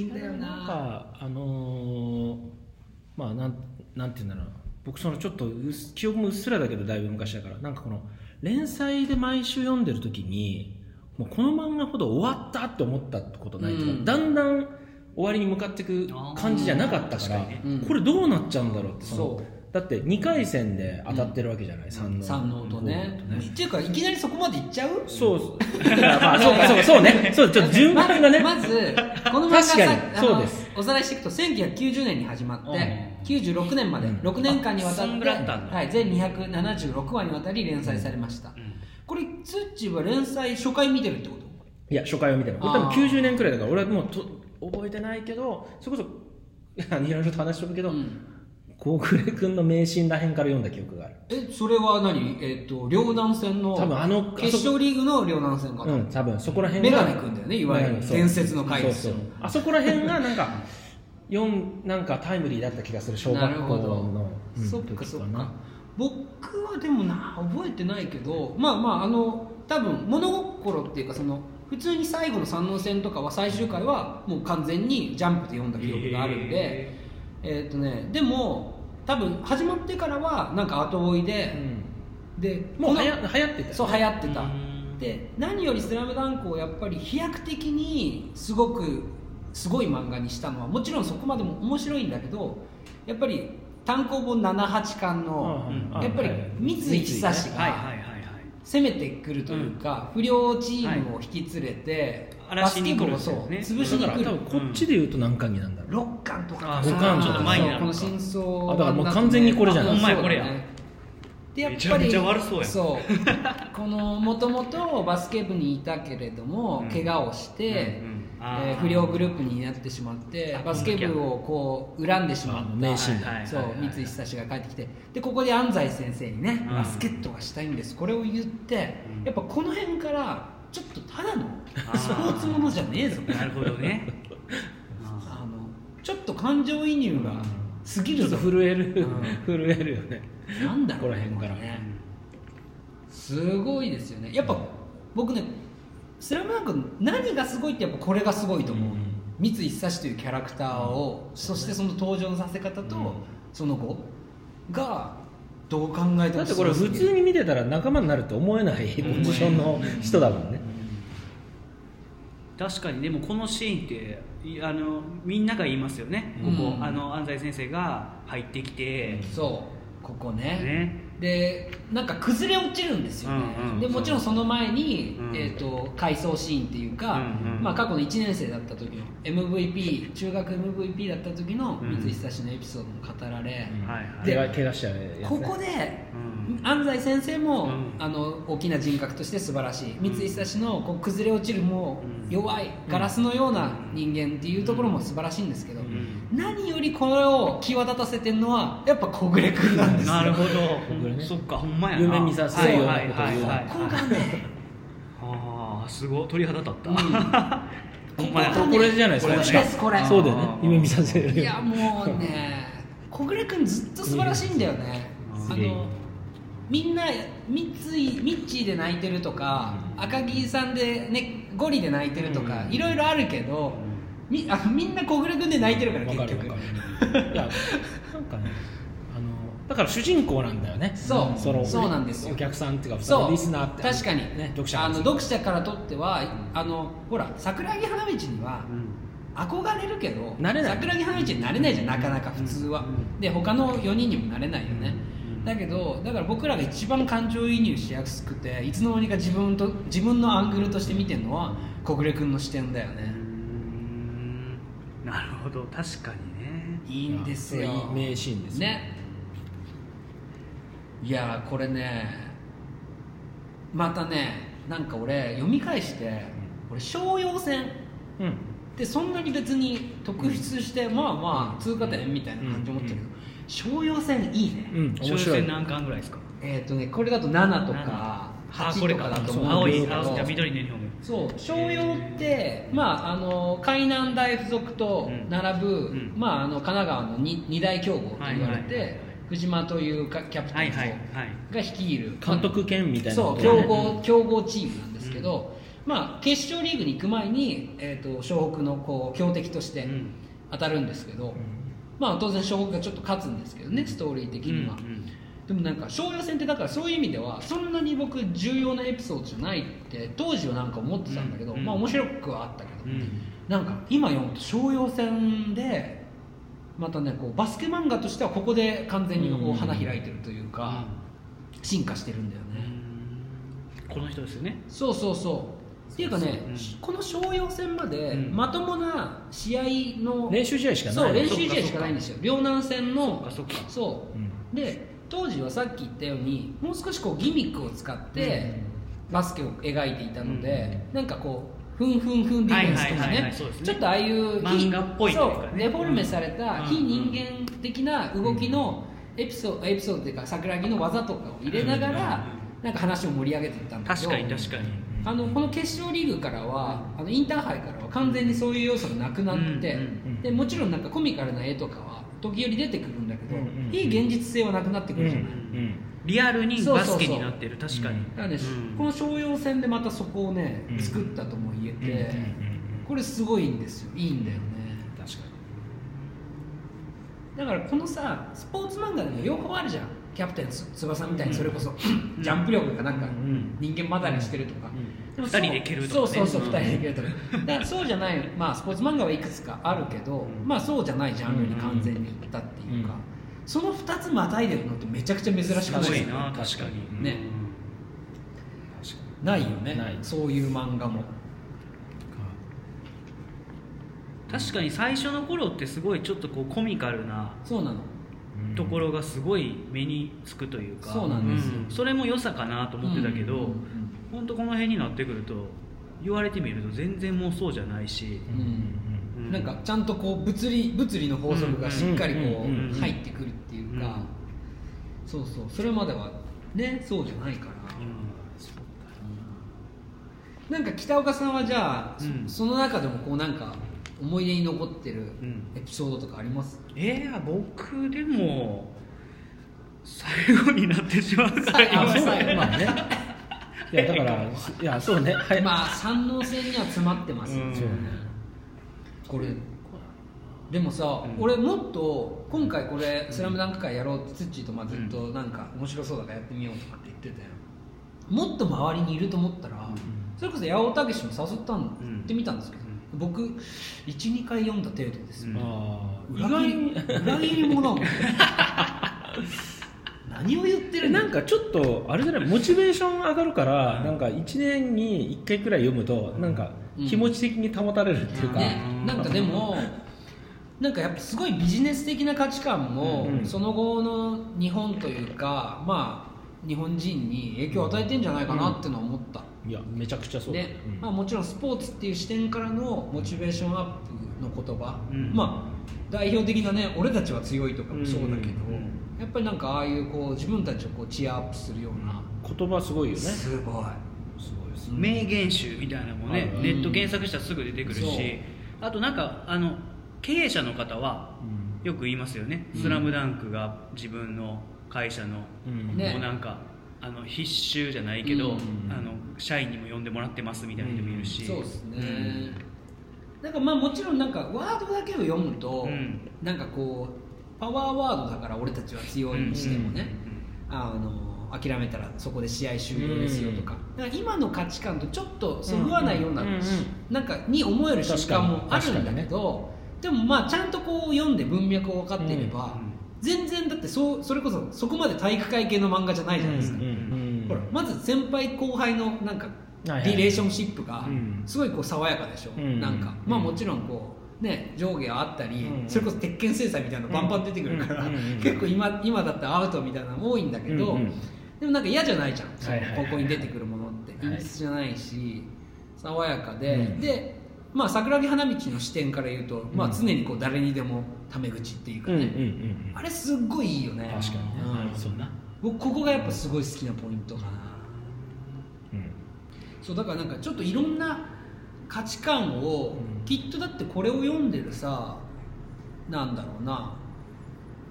Speaker 1: い
Speaker 2: いいんだよ
Speaker 1: なん
Speaker 2: な
Speaker 1: かあのーまあなんなんて言うんだろうな僕そのちょっとうす記憶もうっすらだけどだいぶ昔だからなんかこの連載で毎週読んでる時にもうこの漫画ほど終わったって思ったことないとか、
Speaker 2: うん
Speaker 1: だんだん終わりに向かっていく感じじゃなかったか
Speaker 3: あ
Speaker 1: ら
Speaker 2: に
Speaker 3: ー確か
Speaker 2: ねうん
Speaker 1: これどうなっちゃうんだろうっての
Speaker 2: そう
Speaker 1: だって2回戦で当たってるわけじゃない、三の
Speaker 2: 三の音ねっていうかいきなりそこまでいっちゃう
Speaker 1: そう (laughs) まあそうかそうかそうねそうちょっと順番がね、
Speaker 2: まずまずこの漫画
Speaker 1: 確かに
Speaker 2: さあの
Speaker 1: そうです
Speaker 2: おさらいしていくと1990年に始まっ
Speaker 3: う
Speaker 2: て
Speaker 3: ん
Speaker 2: 96年まで
Speaker 1: うん
Speaker 2: 6年間にわた
Speaker 3: あそ
Speaker 2: って
Speaker 3: んぐらいあったんだ
Speaker 2: はい全276話にわたり連載されましたこれツッチーは連載初回見てるってこと
Speaker 1: いや初回を見てない俺多分
Speaker 2: あー
Speaker 1: 90年くらいだから俺はもうと覚えてないけどそれこそ (laughs) いろいろと話しとくけど
Speaker 2: うん
Speaker 1: 高暮れ君の名シーンらへんから読んだ記憶がある
Speaker 2: えそれは何えっと両断線の
Speaker 1: 多分あの
Speaker 2: 決勝リーグの両断線かな
Speaker 1: うん多分そこらへん
Speaker 2: メガネくんだよねいわゆる伝説の回ですよ
Speaker 1: そうそうあそこらへんがなんか四なんかタイムリーだった気がする小
Speaker 2: なる
Speaker 1: 学校
Speaker 2: ほど
Speaker 1: の、うん
Speaker 2: そっか
Speaker 1: 時
Speaker 2: そ
Speaker 1: か
Speaker 2: っか
Speaker 1: な
Speaker 2: 僕はでもな覚えてないけどまあまああの多分物心っていうかその普通に最後の三能戦とかは最終回はもう完全にジャンプで読んだ記憶があるんで
Speaker 3: へ
Speaker 2: えーっ、とねでも多分始まってからはなんか後追いで、で
Speaker 1: もう
Speaker 2: こ
Speaker 1: は
Speaker 2: の
Speaker 1: や流行ってた
Speaker 2: そう
Speaker 1: う
Speaker 2: 流行ってた
Speaker 3: うん
Speaker 2: で何より「スラムダンクをやっぱり飛躍的にすごくすごい漫画にしたのはもちろんそこまでも面白いんだけどやっぱり単行本78巻の
Speaker 3: うん
Speaker 2: やっぱり三井久志
Speaker 3: はいはい
Speaker 2: が
Speaker 3: はいはい
Speaker 2: 攻めてくるというか不良チームを引き連れて
Speaker 3: はい
Speaker 2: バスケ部を
Speaker 3: 荒らし
Speaker 2: そう
Speaker 3: に来るんですよね
Speaker 2: 潰しに
Speaker 1: だから
Speaker 2: 来
Speaker 1: 多
Speaker 2: る
Speaker 1: 分こっちで言うと何巻になんだろう、
Speaker 2: 6巻とか
Speaker 3: あ
Speaker 1: 五巻
Speaker 2: そ
Speaker 1: ち
Speaker 2: う
Speaker 1: ょっと前
Speaker 3: になる
Speaker 2: この
Speaker 3: のか
Speaker 2: 真相
Speaker 1: あだからもう完全にこれじゃない
Speaker 2: あ
Speaker 1: ほん
Speaker 3: まやこれや
Speaker 2: そうだねで
Speaker 3: めちゃめちゃ悪そうやん (laughs)
Speaker 2: うこのもともとバスケ部にいたけれども、
Speaker 3: うん
Speaker 2: 怪我をして、
Speaker 3: うんうんあー
Speaker 2: えー不良グループになってしまって
Speaker 3: あ
Speaker 2: バスケ部をこう恨んでしまっ
Speaker 1: あ
Speaker 2: た
Speaker 1: の名シーンだ
Speaker 3: はいはい
Speaker 2: そう
Speaker 3: はいはい
Speaker 2: 三井久志が帰ってきてでここで安西先生にね、
Speaker 3: うん
Speaker 2: バスケットがしたいんですこれを言って、
Speaker 3: うん
Speaker 2: やっぱこの辺からちょっとただの
Speaker 3: あー
Speaker 2: スポーツものじゃねえぞ
Speaker 3: なるほどねあ
Speaker 2: あのちょっと感情移入が過ぎ
Speaker 1: ちょ
Speaker 2: る
Speaker 1: っ
Speaker 2: ぞ
Speaker 1: と、震える、
Speaker 2: うん
Speaker 1: (laughs) 震えるよね
Speaker 2: なんだろ
Speaker 1: こ
Speaker 2: う
Speaker 1: こら辺から
Speaker 2: これねすごいですよねやっぱ僕ね「スラムダンクの何がすごいってやっぱこれがすごいと思う、
Speaker 1: うん
Speaker 2: 三井久志というキャラクターを、そしてその登場のさせ方と、
Speaker 1: うん
Speaker 2: その後がどう考えて
Speaker 1: だ
Speaker 2: も
Speaker 1: ってこれ普通に
Speaker 2: に
Speaker 1: 見てたら仲間になるって思えない (laughs) ポジションの人だもんね
Speaker 3: 確かにでもこのシーンっていあのみんなが言いますよね、
Speaker 2: うん
Speaker 3: ここあの安西先生が入ってきて、
Speaker 2: そうここね
Speaker 3: ね
Speaker 2: でなんか崩れ落ちるんですよね、
Speaker 3: うんうん
Speaker 2: でもちろんその前に、
Speaker 3: うん
Speaker 2: えー、と回想シーンっていうか、
Speaker 3: うんうん
Speaker 2: まあ、過去の1年生だった時の MVP 中学 MVP だった時の
Speaker 3: うん
Speaker 2: 三井久志のエピソードも語られ、
Speaker 1: うん
Speaker 3: はいはい
Speaker 1: 怪我怪我しちゃうやつね
Speaker 2: ここで
Speaker 3: うん
Speaker 2: 安西先生も、
Speaker 3: うん
Speaker 2: あの大きな人格として素晴らしい三井久志のこう崩れ落ちるも
Speaker 3: うん
Speaker 2: う弱いガラスのような人間っていうところも素晴らしいんですけど、
Speaker 3: ん
Speaker 2: 何よりこれを際立たせてるのはやっぱ小暮君なんですよ
Speaker 3: なるほど
Speaker 1: これね
Speaker 3: そっかほんまやな
Speaker 1: 夢見させるようなことを言う
Speaker 3: はいはいはい
Speaker 2: こ
Speaker 3: は
Speaker 2: こ
Speaker 3: い
Speaker 2: がね
Speaker 3: ああすごい鳥肌立った、
Speaker 2: うん
Speaker 3: ほんまや
Speaker 1: ここれじゃないですか
Speaker 2: これですこれ
Speaker 1: そうだよね夢見させる
Speaker 2: いやもうね小暮君ずっと素晴らしいんだよね
Speaker 1: うん
Speaker 2: あのみんな三井ミッチーで泣いてるとか赤木さんでねゴリで泣いてるとか
Speaker 3: うん
Speaker 2: いろいろあるけどみあみんな小暮君で泣いてるから
Speaker 1: わ
Speaker 2: 結
Speaker 1: かる
Speaker 2: 局
Speaker 1: わかるいやなんかねあのだから主人公なんだよね
Speaker 2: そう
Speaker 1: の
Speaker 2: そうなんですよ
Speaker 1: お客さんっていうかそ
Speaker 2: そ
Speaker 1: の
Speaker 2: う
Speaker 1: リスナーって
Speaker 2: 確かに
Speaker 1: ね読者
Speaker 2: あ
Speaker 1: から
Speaker 2: の
Speaker 1: すると
Speaker 2: 読者からとってはあのほら桜木花道には憧れるけど
Speaker 1: なれない
Speaker 2: 桜木花道になれないじゃんなかなか普通は、で他の4人にもなれないよね、
Speaker 3: うん
Speaker 2: だけどだから僕らが一番感情移入しやすくていつの間にか自分と自分のアングルとして見てるのは小暮君の視点だよ
Speaker 3: う
Speaker 2: ね
Speaker 3: んなるほど確かにね
Speaker 2: いいんですよ
Speaker 1: いやそれいい名シーンですよ
Speaker 2: ねいやーこれねまたねなんか俺読み返して俺商用船
Speaker 1: うん
Speaker 2: でそんなに別に特筆して、まあまあ通過点みたいな感じ思ってるけど、商用船いいね、
Speaker 1: うん
Speaker 3: 小
Speaker 1: 面
Speaker 3: 説
Speaker 1: 白い
Speaker 3: 何巻ぐらいですか
Speaker 2: えっ、とねこれだと7とか
Speaker 3: あこ
Speaker 2: 8
Speaker 3: れ
Speaker 2: とか
Speaker 3: か
Speaker 2: だと
Speaker 3: そう
Speaker 2: 思うん
Speaker 3: 青
Speaker 2: です
Speaker 3: い
Speaker 2: け
Speaker 3: 青いじゃあ
Speaker 2: ど
Speaker 3: 緑のユニフォーム
Speaker 2: そう商用って、まあ、あの海南大附属と並ぶ、
Speaker 3: うん
Speaker 2: まあ、あの神奈川の 2, 二大強豪と言われて、
Speaker 3: はいはいはい
Speaker 2: 藤間というかキャプ
Speaker 3: は
Speaker 2: テ
Speaker 3: い
Speaker 2: ン
Speaker 3: はい
Speaker 2: と
Speaker 3: はい
Speaker 2: が率いる、
Speaker 1: 監督兼みたいな
Speaker 2: そう
Speaker 1: こと
Speaker 2: 強
Speaker 1: ね
Speaker 2: 豪強豪チームなんですけど、まあ、決勝リーグに行く前に、えー、と湘北のこう強敵として
Speaker 3: うん
Speaker 2: 当たるんですけど、まあ、当然湘北がちょっと勝つんですけどねストーリー的には、でもなんか商用戦ってだからそういう意味ではそんなに僕重要なエピソードじゃないって当時はなんか思ってたんだけど、
Speaker 3: うん
Speaker 2: まあ面白くはあったけど、
Speaker 3: うんうん
Speaker 2: なんか今読むと商用戦でまたねこうバスケ漫画としてはここで完全にこ
Speaker 1: うん
Speaker 2: う花開いてるというか、進化してるんだよ
Speaker 3: う
Speaker 2: ね、
Speaker 3: んこの人ですよね
Speaker 2: そうそうそうっていうかね、
Speaker 3: そう
Speaker 2: この商用戦まで
Speaker 3: うん
Speaker 2: まともな試合の、
Speaker 1: 練習試合しか
Speaker 2: そ
Speaker 1: な
Speaker 2: う
Speaker 1: い
Speaker 2: 練習試合しかないんですよ両南戦の
Speaker 3: あそっか
Speaker 2: そう
Speaker 1: うん
Speaker 2: で当時はさっき言ったようにもう少しこうギミックを使ってバスケを描いていたので、なんかこうふんふんふんディフェンスとか
Speaker 3: はいはいはいは
Speaker 2: ね
Speaker 3: いそうですね
Speaker 2: ちょっとああいう
Speaker 3: 漫画っぽいと
Speaker 2: そ
Speaker 3: いうかね
Speaker 2: うデフォルメされた
Speaker 3: うん
Speaker 2: 非人間的な動きのエピソードエピソードというか桜木の技とかを入れながらなんか話を盛り上げていったんだけ
Speaker 3: 確
Speaker 2: ど
Speaker 3: かに確かに
Speaker 2: あのこの決勝リーグからはあのインターハイからは完全にそういう要素がなくなって、
Speaker 3: うん
Speaker 1: うんうん
Speaker 2: でもちろんなんかコミカルな絵とかは時折出てくるんだけど、
Speaker 1: うんうんうん
Speaker 2: いい現実性はなくなってく
Speaker 1: うん
Speaker 2: る
Speaker 1: う
Speaker 2: じゃない、
Speaker 1: ん
Speaker 3: リアルにバスケになってる
Speaker 1: そうそうそう
Speaker 3: 確かに
Speaker 2: だからね、
Speaker 3: うん
Speaker 2: この商用戦でまたそこをね
Speaker 1: うん
Speaker 2: 作ったとも言え
Speaker 1: うんうん
Speaker 2: て、
Speaker 1: うん
Speaker 2: これすごいんですよいいんだよね
Speaker 1: 確かに
Speaker 2: だからこのさスポーツ漫画でも両方あるじゃんキャプテンつ翼みたいにそれこそ、
Speaker 3: ん
Speaker 2: ジャンプ力がなんか
Speaker 1: うん
Speaker 2: 人間離れしてるとか、
Speaker 3: うん
Speaker 2: そう
Speaker 3: 二人で蹴るとかね
Speaker 2: そうそうそう
Speaker 3: うん
Speaker 2: 2人で蹴るとかだからそうじゃない、まあ、スポーツ漫画はいくつかあるけど、まあ、そうじゃないジャンルに完全にいったっていうか、
Speaker 1: うん
Speaker 2: その2つまたいでるのってめちゃくちゃ珍し
Speaker 3: す
Speaker 2: くな
Speaker 3: ご
Speaker 2: い
Speaker 3: いな確かに
Speaker 2: ね
Speaker 1: 確かに
Speaker 2: ないよね
Speaker 1: ない
Speaker 2: そういう漫画も
Speaker 3: 確かに最初の頃ってすごいちょっとこうコミカルな
Speaker 2: そうなの
Speaker 1: うん
Speaker 3: ところがすごい目につくというか
Speaker 2: そうなんですよ
Speaker 3: うそれも良さかなと思ってたけど、
Speaker 2: うん
Speaker 3: 本当この辺になってくると言われてみると全然もうそうじゃないし、
Speaker 1: うんうん
Speaker 3: う
Speaker 2: なんかちゃんとこう物理物理の法則がしっかりこ
Speaker 1: うんうんうん
Speaker 2: う入ってくるっていう
Speaker 3: う
Speaker 2: か
Speaker 3: ん
Speaker 2: そうそうそれまではねそうじゃないからなんか北岡さんはじゃあそ
Speaker 3: うん
Speaker 2: その中でもこうなんか思い出に残ってる
Speaker 3: うん
Speaker 2: エピソードとかあります
Speaker 3: えー、僕でも最後になってしまうから
Speaker 2: 最後
Speaker 3: 今
Speaker 1: あそう
Speaker 2: 最後
Speaker 1: まあねいやだからいやそうねはい
Speaker 2: まあ三能性には詰まってますよ
Speaker 3: うん
Speaker 2: ねこれでもさ、
Speaker 3: うん
Speaker 2: 俺もっと今回これ「スラムダンク会やろうってツッチーとまあずっとなんか面白そうだからやってみようとかって言ってたよもっと周りにいると思ったら、それこそ八尾武も誘ったの、
Speaker 3: うん
Speaker 2: 言ってみたんですけど、僕12回読んだ程度ですよ、
Speaker 1: あー
Speaker 2: 意外に裏切り者なの何を言ってるの
Speaker 1: なんかちょっとあれじゃないモチベーション上がるからなんか1年に1回くらい読むとなんか気持ち的に保たれるっていうか、
Speaker 2: ね、なんかでもなんかやっぱすごいビジネス的な価値観も、
Speaker 1: うん
Speaker 2: その後の日本というかまあ日本人に影響を与えてんじゃないかなってのは思った、
Speaker 1: いやめちゃくちゃそうだ
Speaker 2: ね
Speaker 1: ねうん
Speaker 2: まあ、もちろんスポーツっていう視点からのモチベーションアップの言葉、
Speaker 3: うん
Speaker 2: まあ代表的なね俺たちは強いとかもそうだけど、
Speaker 3: うんうん
Speaker 2: やっぱりなんかああいうこう自分たちをこうチアアップするような、
Speaker 1: 言葉すごいよねす
Speaker 2: すごい
Speaker 1: ごいです
Speaker 2: うん
Speaker 3: 名言集みたいなのもね、
Speaker 1: うん
Speaker 3: ネット検索したらすぐ出てくるし、
Speaker 2: そう
Speaker 3: あとなんかあの経営者の方は
Speaker 1: うん
Speaker 3: よく言いますよね「
Speaker 2: うん
Speaker 3: スラムダンクが自分の会社の、
Speaker 1: うん
Speaker 2: ね
Speaker 3: もうなんかあの必修じゃないけ
Speaker 2: う
Speaker 3: ど、
Speaker 2: ん
Speaker 3: あの社員にも呼んでもらってますみたいな人もいるし、
Speaker 2: そうですね、なんかまあもちろんなんかワードだけを読むと、
Speaker 3: うん
Speaker 2: なんかこうパワーワードだから俺たちは強いにしてもね、あの諦めたらそこで試合終了ですよとか,、なんか今の価値観とちょっとそぐわないような,、
Speaker 1: うんうんうん
Speaker 2: なんかに思える瞬間もあるんだ
Speaker 1: 確
Speaker 2: け
Speaker 1: かに確か
Speaker 2: ど、でもまあちゃんとこう読んで文脈を分かっていれば、
Speaker 3: うんうん
Speaker 2: 全然だってそうそれこそそこまで体育会系の漫画じゃないじゃないですか、
Speaker 1: うんうんうん
Speaker 2: ほらまず先輩後輩のなんか
Speaker 1: はいはい
Speaker 2: リレーションシップが
Speaker 1: うん
Speaker 2: すごいこう爽やかでしょ、
Speaker 1: うん
Speaker 2: なんか、
Speaker 1: うん
Speaker 2: まあもちろんこうね上下があったり、
Speaker 1: うん
Speaker 2: それこそ鉄拳制裁みたいなのバンバン出てくるから、
Speaker 1: うんうん
Speaker 2: 結構今今だったらアウトみたいなの多いんだけど、
Speaker 1: うんうん
Speaker 2: でもなんか嫌じゃないじゃん、その
Speaker 1: はいはいはい
Speaker 2: 高校に出てくるものって
Speaker 1: はい
Speaker 2: 陰湿じゃないし爽やかで、
Speaker 1: うん
Speaker 2: でまあ桜木花道の視点から言うと、まあ
Speaker 1: うん
Speaker 2: 常にこう誰にでもタメ口っていうか
Speaker 1: うんうんう
Speaker 2: ね、
Speaker 1: ん
Speaker 2: あれすっごいいいよね
Speaker 1: 確かにね
Speaker 2: うん
Speaker 1: そうな
Speaker 2: 僕ここがやっぱすごい好きなポイントかな
Speaker 1: うん
Speaker 2: そうだからなんかちょっといろんな価値観を、
Speaker 1: うん
Speaker 2: きっとだってこれを読んでるさなんだろうな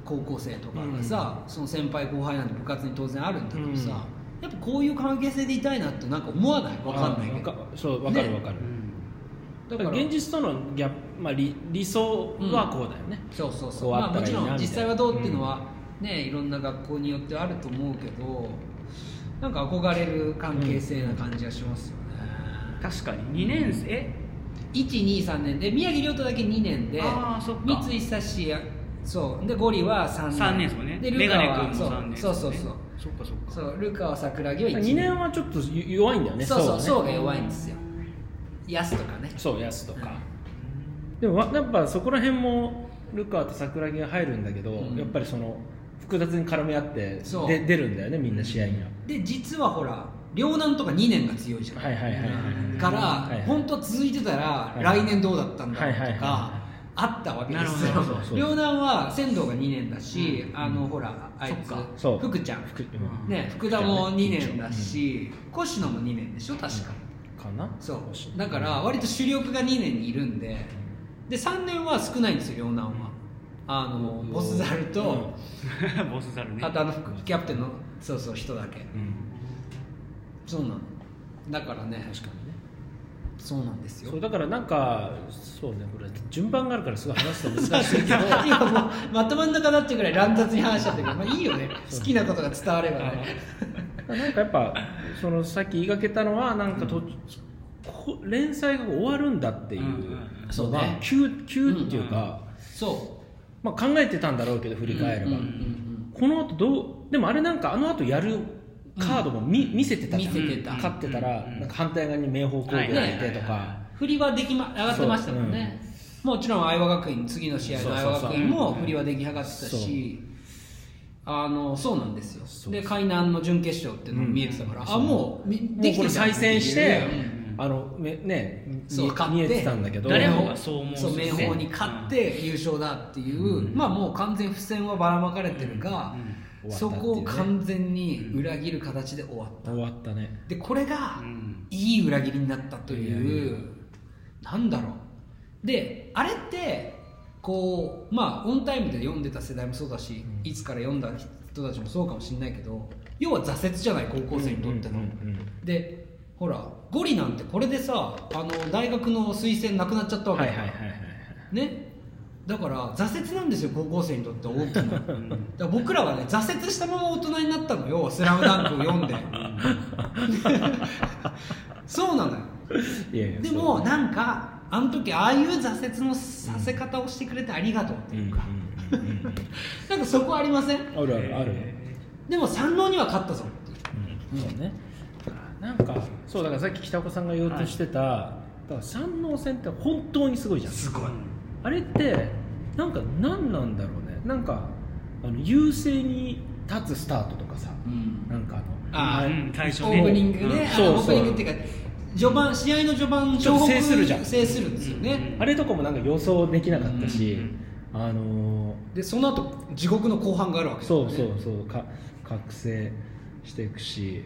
Speaker 2: 高校生とかがさ、その先輩後輩なんて部活に当然あるんだけどさ、やっぱこういう関係性でいたいなとなんか思わないわかんないけど
Speaker 1: わそう分かる
Speaker 2: ね
Speaker 1: 分かる、
Speaker 2: だ
Speaker 1: だ
Speaker 2: か
Speaker 1: からら現実とのギャップ、まあ、理理想はこうだよね、
Speaker 2: そうそうそ
Speaker 1: こ
Speaker 2: う
Speaker 1: うあ
Speaker 2: まあ、
Speaker 1: った
Speaker 2: も
Speaker 1: らい
Speaker 2: ち
Speaker 1: いな
Speaker 2: ろん実際はどうっていうの
Speaker 1: み
Speaker 2: は、ねいろんな学校によってあると思うけどなんか憧れる関係性な感じがしますよね、
Speaker 3: 確かに2年生え
Speaker 2: 123年で宮城亮太だけ2年で
Speaker 3: あーそっか
Speaker 2: 三井久志やそうでゴリは3年
Speaker 3: 3年ですもんね
Speaker 2: でル
Speaker 3: メ
Speaker 2: カ
Speaker 3: ガネ
Speaker 2: は
Speaker 3: 君
Speaker 2: そ
Speaker 3: も
Speaker 2: う
Speaker 3: 3年です
Speaker 2: そ
Speaker 3: も
Speaker 2: うん
Speaker 3: ね
Speaker 2: そうそう
Speaker 3: そっかそっか
Speaker 2: そうルカは桜木は1
Speaker 1: 2年はちょっと弱いんだよね
Speaker 2: そうそう
Speaker 1: そ
Speaker 2: 層
Speaker 1: う
Speaker 2: が弱いんですよ安とかね
Speaker 1: そう安とか、でもわやっぱそこら辺もルカと桜木が入るんだけど、
Speaker 2: うん
Speaker 1: やっぱりその複雑に絡み合って
Speaker 2: そう
Speaker 1: で出るんだよねみんな試合には、
Speaker 2: で実はほら両南とか2年が強いじゃん、
Speaker 1: はいはいはいはいはい
Speaker 2: から、
Speaker 1: はいはい
Speaker 2: 本当は続いてたら、
Speaker 1: い
Speaker 2: 来年どうだったんだろうとか、
Speaker 1: はいはいは
Speaker 2: あったわけです
Speaker 3: なる
Speaker 2: よ
Speaker 3: ほ
Speaker 1: そ
Speaker 3: ど
Speaker 1: うそう
Speaker 2: 両南は仙道が2年だし、あのほらあい
Speaker 3: そっか
Speaker 2: つ
Speaker 1: そう
Speaker 2: 福ちゃん
Speaker 1: 福うん
Speaker 2: ね、福田も2年だし、越野も2年でしょ確か、
Speaker 1: かな
Speaker 2: そうだから割と主力が2年にいるんでで3年は少ないんですよ両南はあの
Speaker 1: うん
Speaker 2: ボスザルと、
Speaker 3: (laughs) ボスザルね
Speaker 2: あとあの副キャプテンのそうそう人だけ
Speaker 1: うん
Speaker 2: そうなのだからね
Speaker 1: 確かにね
Speaker 2: そうなんですよ
Speaker 1: そうだからなんかそうねこれ順番があるからすごい話すと難しいけど (laughs)
Speaker 2: 今もうまとまんなかなっていうぐらい乱雑に話しちゃったけど、まあ、いいよね好きなことが伝わればね
Speaker 1: なんかやっぱそのさっき言いかけたのはなんかと、こ連載が終わるんだっていう
Speaker 3: うんうん
Speaker 2: うんそ
Speaker 1: の
Speaker 2: う
Speaker 1: が
Speaker 2: ね
Speaker 1: 急急っていうか、
Speaker 2: そ
Speaker 1: まあ、考えてたんだろうけど振
Speaker 2: う
Speaker 1: り返れば、
Speaker 2: うんうんうん
Speaker 1: この後どうでもあれなんかあの後やるカードも見,、見せてたじゃん
Speaker 2: 見せてた
Speaker 1: 勝ってたら、
Speaker 3: うんうん
Speaker 1: なんか反対側に明豊工業がいてとか、
Speaker 3: はいはいはいは
Speaker 2: 振りはできま上がってましたもんね、もちろん相和学院次の試合の相和学院
Speaker 1: そうそう
Speaker 2: も
Speaker 1: そう
Speaker 2: 振りは出来上がってたしあのそうなんですよ
Speaker 1: そう
Speaker 2: で海南の準決勝っていうのも見えてたから、
Speaker 1: うん
Speaker 2: あもうみ
Speaker 1: も
Speaker 2: で
Speaker 1: う
Speaker 2: き
Speaker 1: これ
Speaker 2: てるじゃん
Speaker 1: 再戦して、
Speaker 3: うん
Speaker 1: あのめね
Speaker 2: そう
Speaker 1: 見
Speaker 2: 勝って
Speaker 1: 見えてたんだけど
Speaker 3: 誰もがそう思う
Speaker 2: そう
Speaker 3: し
Speaker 2: 明
Speaker 3: ね
Speaker 2: 豊に勝って優勝だっていう、
Speaker 1: うん
Speaker 2: まあもう完全不戦はばらまかれてるが、
Speaker 1: うん
Speaker 2: そこを完全に裏切る形で終わった、
Speaker 1: 終わったね
Speaker 2: でこれが
Speaker 3: うん
Speaker 2: いい裏切りになったと
Speaker 1: い
Speaker 2: いう、なんだろうであれってこうまあオンタイムで読んでた世代もそうだし、
Speaker 1: うん
Speaker 2: いつから読んだ人たちもそうかもしれないけど要は挫折じゃない高校生にとっての、
Speaker 1: うんうんうん
Speaker 2: でほらゴリなんてこれでさあの大学の推薦なくなっちゃったわ
Speaker 1: は
Speaker 2: け
Speaker 1: い
Speaker 2: だ
Speaker 1: はい
Speaker 2: か
Speaker 1: は
Speaker 2: ら、
Speaker 1: いはい
Speaker 2: ねだから挫折なんですよ高校生にとって大きなだか
Speaker 3: うん
Speaker 2: ら僕らはね挫折したまま大人になったのよ「スラムダンクを読んでそうなのよ
Speaker 1: いやいや
Speaker 2: で
Speaker 1: そう
Speaker 2: もなんかあの時ああいう挫折のさせ方をしてくれてありがとうって
Speaker 1: うんう
Speaker 2: い
Speaker 1: ん
Speaker 2: うか、
Speaker 1: うんうんうん
Speaker 2: なんかそこありません
Speaker 1: あるあるある、
Speaker 2: でも山王には勝ったぞってい
Speaker 1: う
Speaker 2: う
Speaker 1: んそうねなんかそうだからさっき北岡さんが言おうとしてた、だから山王戦って本当にすごいじゃん
Speaker 2: すごい
Speaker 1: あれってなんか何なんだろうねなんかあの優勢に立つスタートとかさ
Speaker 2: うん
Speaker 1: なんかあの
Speaker 2: あー
Speaker 1: 前
Speaker 3: うん最初
Speaker 2: オ
Speaker 3: ね
Speaker 2: ープニングね、あ
Speaker 1: うん
Speaker 2: の
Speaker 1: そうそう
Speaker 2: オープニングっていうか序盤試合の序盤
Speaker 1: ちょっと
Speaker 2: 東北
Speaker 1: 制するじゃん
Speaker 2: 制するんですよね、
Speaker 1: あれとかもなんか予想できなかったし、
Speaker 3: うん
Speaker 1: あのー
Speaker 2: でその後地獄の後半があるわけです
Speaker 1: そ
Speaker 2: よ
Speaker 1: う
Speaker 2: ね
Speaker 1: そうそうか覚醒していくし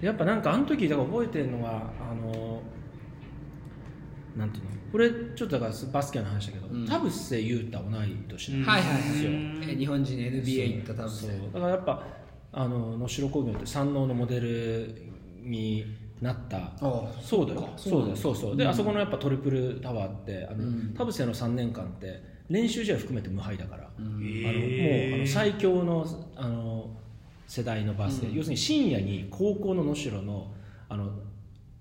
Speaker 1: やっぱなんかあの時だから覚えてるのがあのなんていうのこれちょっとだからバスケの話だけど、
Speaker 2: うん
Speaker 1: 田臥勇太同い年なん
Speaker 3: う
Speaker 1: で
Speaker 2: はいはいはい
Speaker 1: そう
Speaker 2: え日本人 NBA 行った多分
Speaker 1: そうだからやっぱあの能代工業って山王のモデルになった
Speaker 2: ああ
Speaker 1: そうだよ
Speaker 2: そ
Speaker 1: そううだ
Speaker 2: なんだ
Speaker 1: よそうそうで、あそこのやっぱトリプルタワーってあの、
Speaker 2: うん
Speaker 1: 田臥の3年間って練習試合含めて無敗だから、
Speaker 2: うん
Speaker 1: あのもうあの最強のあの世代のバスケ、
Speaker 2: うん
Speaker 1: 要するに深夜に高校の能代のあの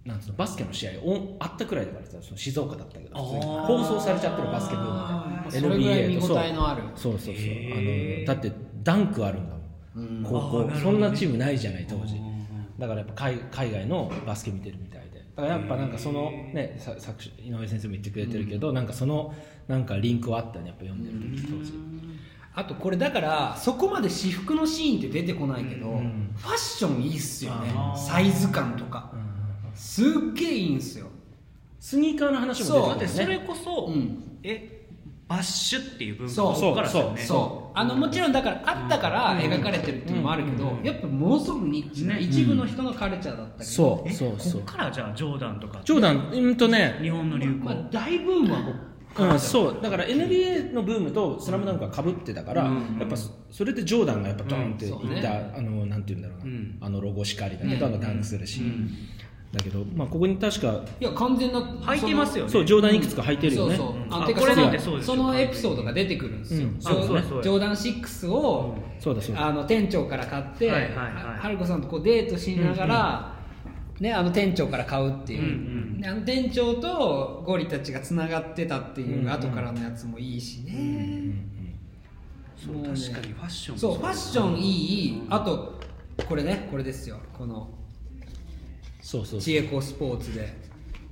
Speaker 1: なんつうのバスケの試合オンあったくらいだからさその静岡だったけど普通に
Speaker 3: あー
Speaker 1: 放送されちゃってるバスケブ
Speaker 2: あー
Speaker 1: ー
Speaker 2: それ
Speaker 1: ム
Speaker 2: ぐら
Speaker 1: で
Speaker 2: い見
Speaker 1: NBA とそう
Speaker 2: 応えのある
Speaker 1: そうそうそうあ
Speaker 3: へー
Speaker 1: のだってダンクあるんだ
Speaker 2: う
Speaker 1: も
Speaker 2: ん
Speaker 1: ん高
Speaker 3: あー
Speaker 1: 校、
Speaker 3: なるほどね
Speaker 1: そんなチームないじゃない当時
Speaker 3: うんうん
Speaker 1: だからやっぱ海海外のバスケ見てるみたいでだからやっぱなんかその、ね、さ作詞井上先生も言ってくれてるけど、なんかそのなんかリンクはあったよねやっぱ読んでる時当時。
Speaker 2: あとこれだからそこまで私服のシーンって出てこないけど、
Speaker 1: ん
Speaker 2: ファッションいいっすよね
Speaker 3: あー
Speaker 2: サイズ感とかすっげえいいんすよ
Speaker 1: スニーカーの話も
Speaker 2: そう
Speaker 3: だっ
Speaker 1: 出
Speaker 3: て
Speaker 1: てた
Speaker 3: そ
Speaker 1: よ
Speaker 3: れ
Speaker 1: ね。
Speaker 3: こそ、
Speaker 2: うん
Speaker 3: えバッシュっていう文化
Speaker 2: そう
Speaker 3: がここからですよね
Speaker 2: そうあのもちろんだからあったから描かれてるっていうのもあるけど、
Speaker 1: うんうん
Speaker 2: やっぱものすごくニッチな
Speaker 3: ね
Speaker 2: 一部の人のカルチャーだったけど、
Speaker 1: そう
Speaker 3: え
Speaker 1: そうそう
Speaker 3: こっからじゃあジョーダンとか
Speaker 1: ジョーダンうんとね
Speaker 3: 日本の流行、
Speaker 2: まあ、大ブームはこう
Speaker 1: うん、そうだから NBA のブームと「スラムダンクがかぶってたから、
Speaker 2: うんうんうん
Speaker 1: やっぱそそれでジョーダンがやっぱドンっていった、
Speaker 2: うんそうね
Speaker 1: あのなんて言うんだろうな、
Speaker 3: うん
Speaker 1: あのロゴしかりだけど、
Speaker 2: うん
Speaker 1: あのダンクするし、
Speaker 3: うん
Speaker 1: だけど、まあ、ここに確か
Speaker 2: いや完全な
Speaker 3: 履いてますよね
Speaker 1: そうジョーダンいくつか履いてるよね、
Speaker 2: そうそう
Speaker 3: うん
Speaker 2: あ
Speaker 3: あ
Speaker 2: てか
Speaker 3: これ
Speaker 2: その
Speaker 3: なんてそうです
Speaker 2: そ
Speaker 3: よ
Speaker 2: のエピソードが出てくるんですよ、
Speaker 1: うん
Speaker 2: ジョ
Speaker 3: あそうだそうだ
Speaker 2: ジョーダン6を、
Speaker 1: そうだそうだ
Speaker 2: あの店長から買って
Speaker 3: はいはいはい
Speaker 2: はるこさんとこうデートしながら、ね、あの店長から買うっていう、
Speaker 3: うんうん
Speaker 2: であの店長とゴリたちがつながってたっていううん後からのやつもいいしね、
Speaker 1: うん
Speaker 3: そう
Speaker 2: もうね
Speaker 3: 確かにファッションも
Speaker 2: そうファッションいい、
Speaker 3: うん
Speaker 2: あとこれねこれですよこの
Speaker 1: そうそう
Speaker 2: 知恵子スポーツで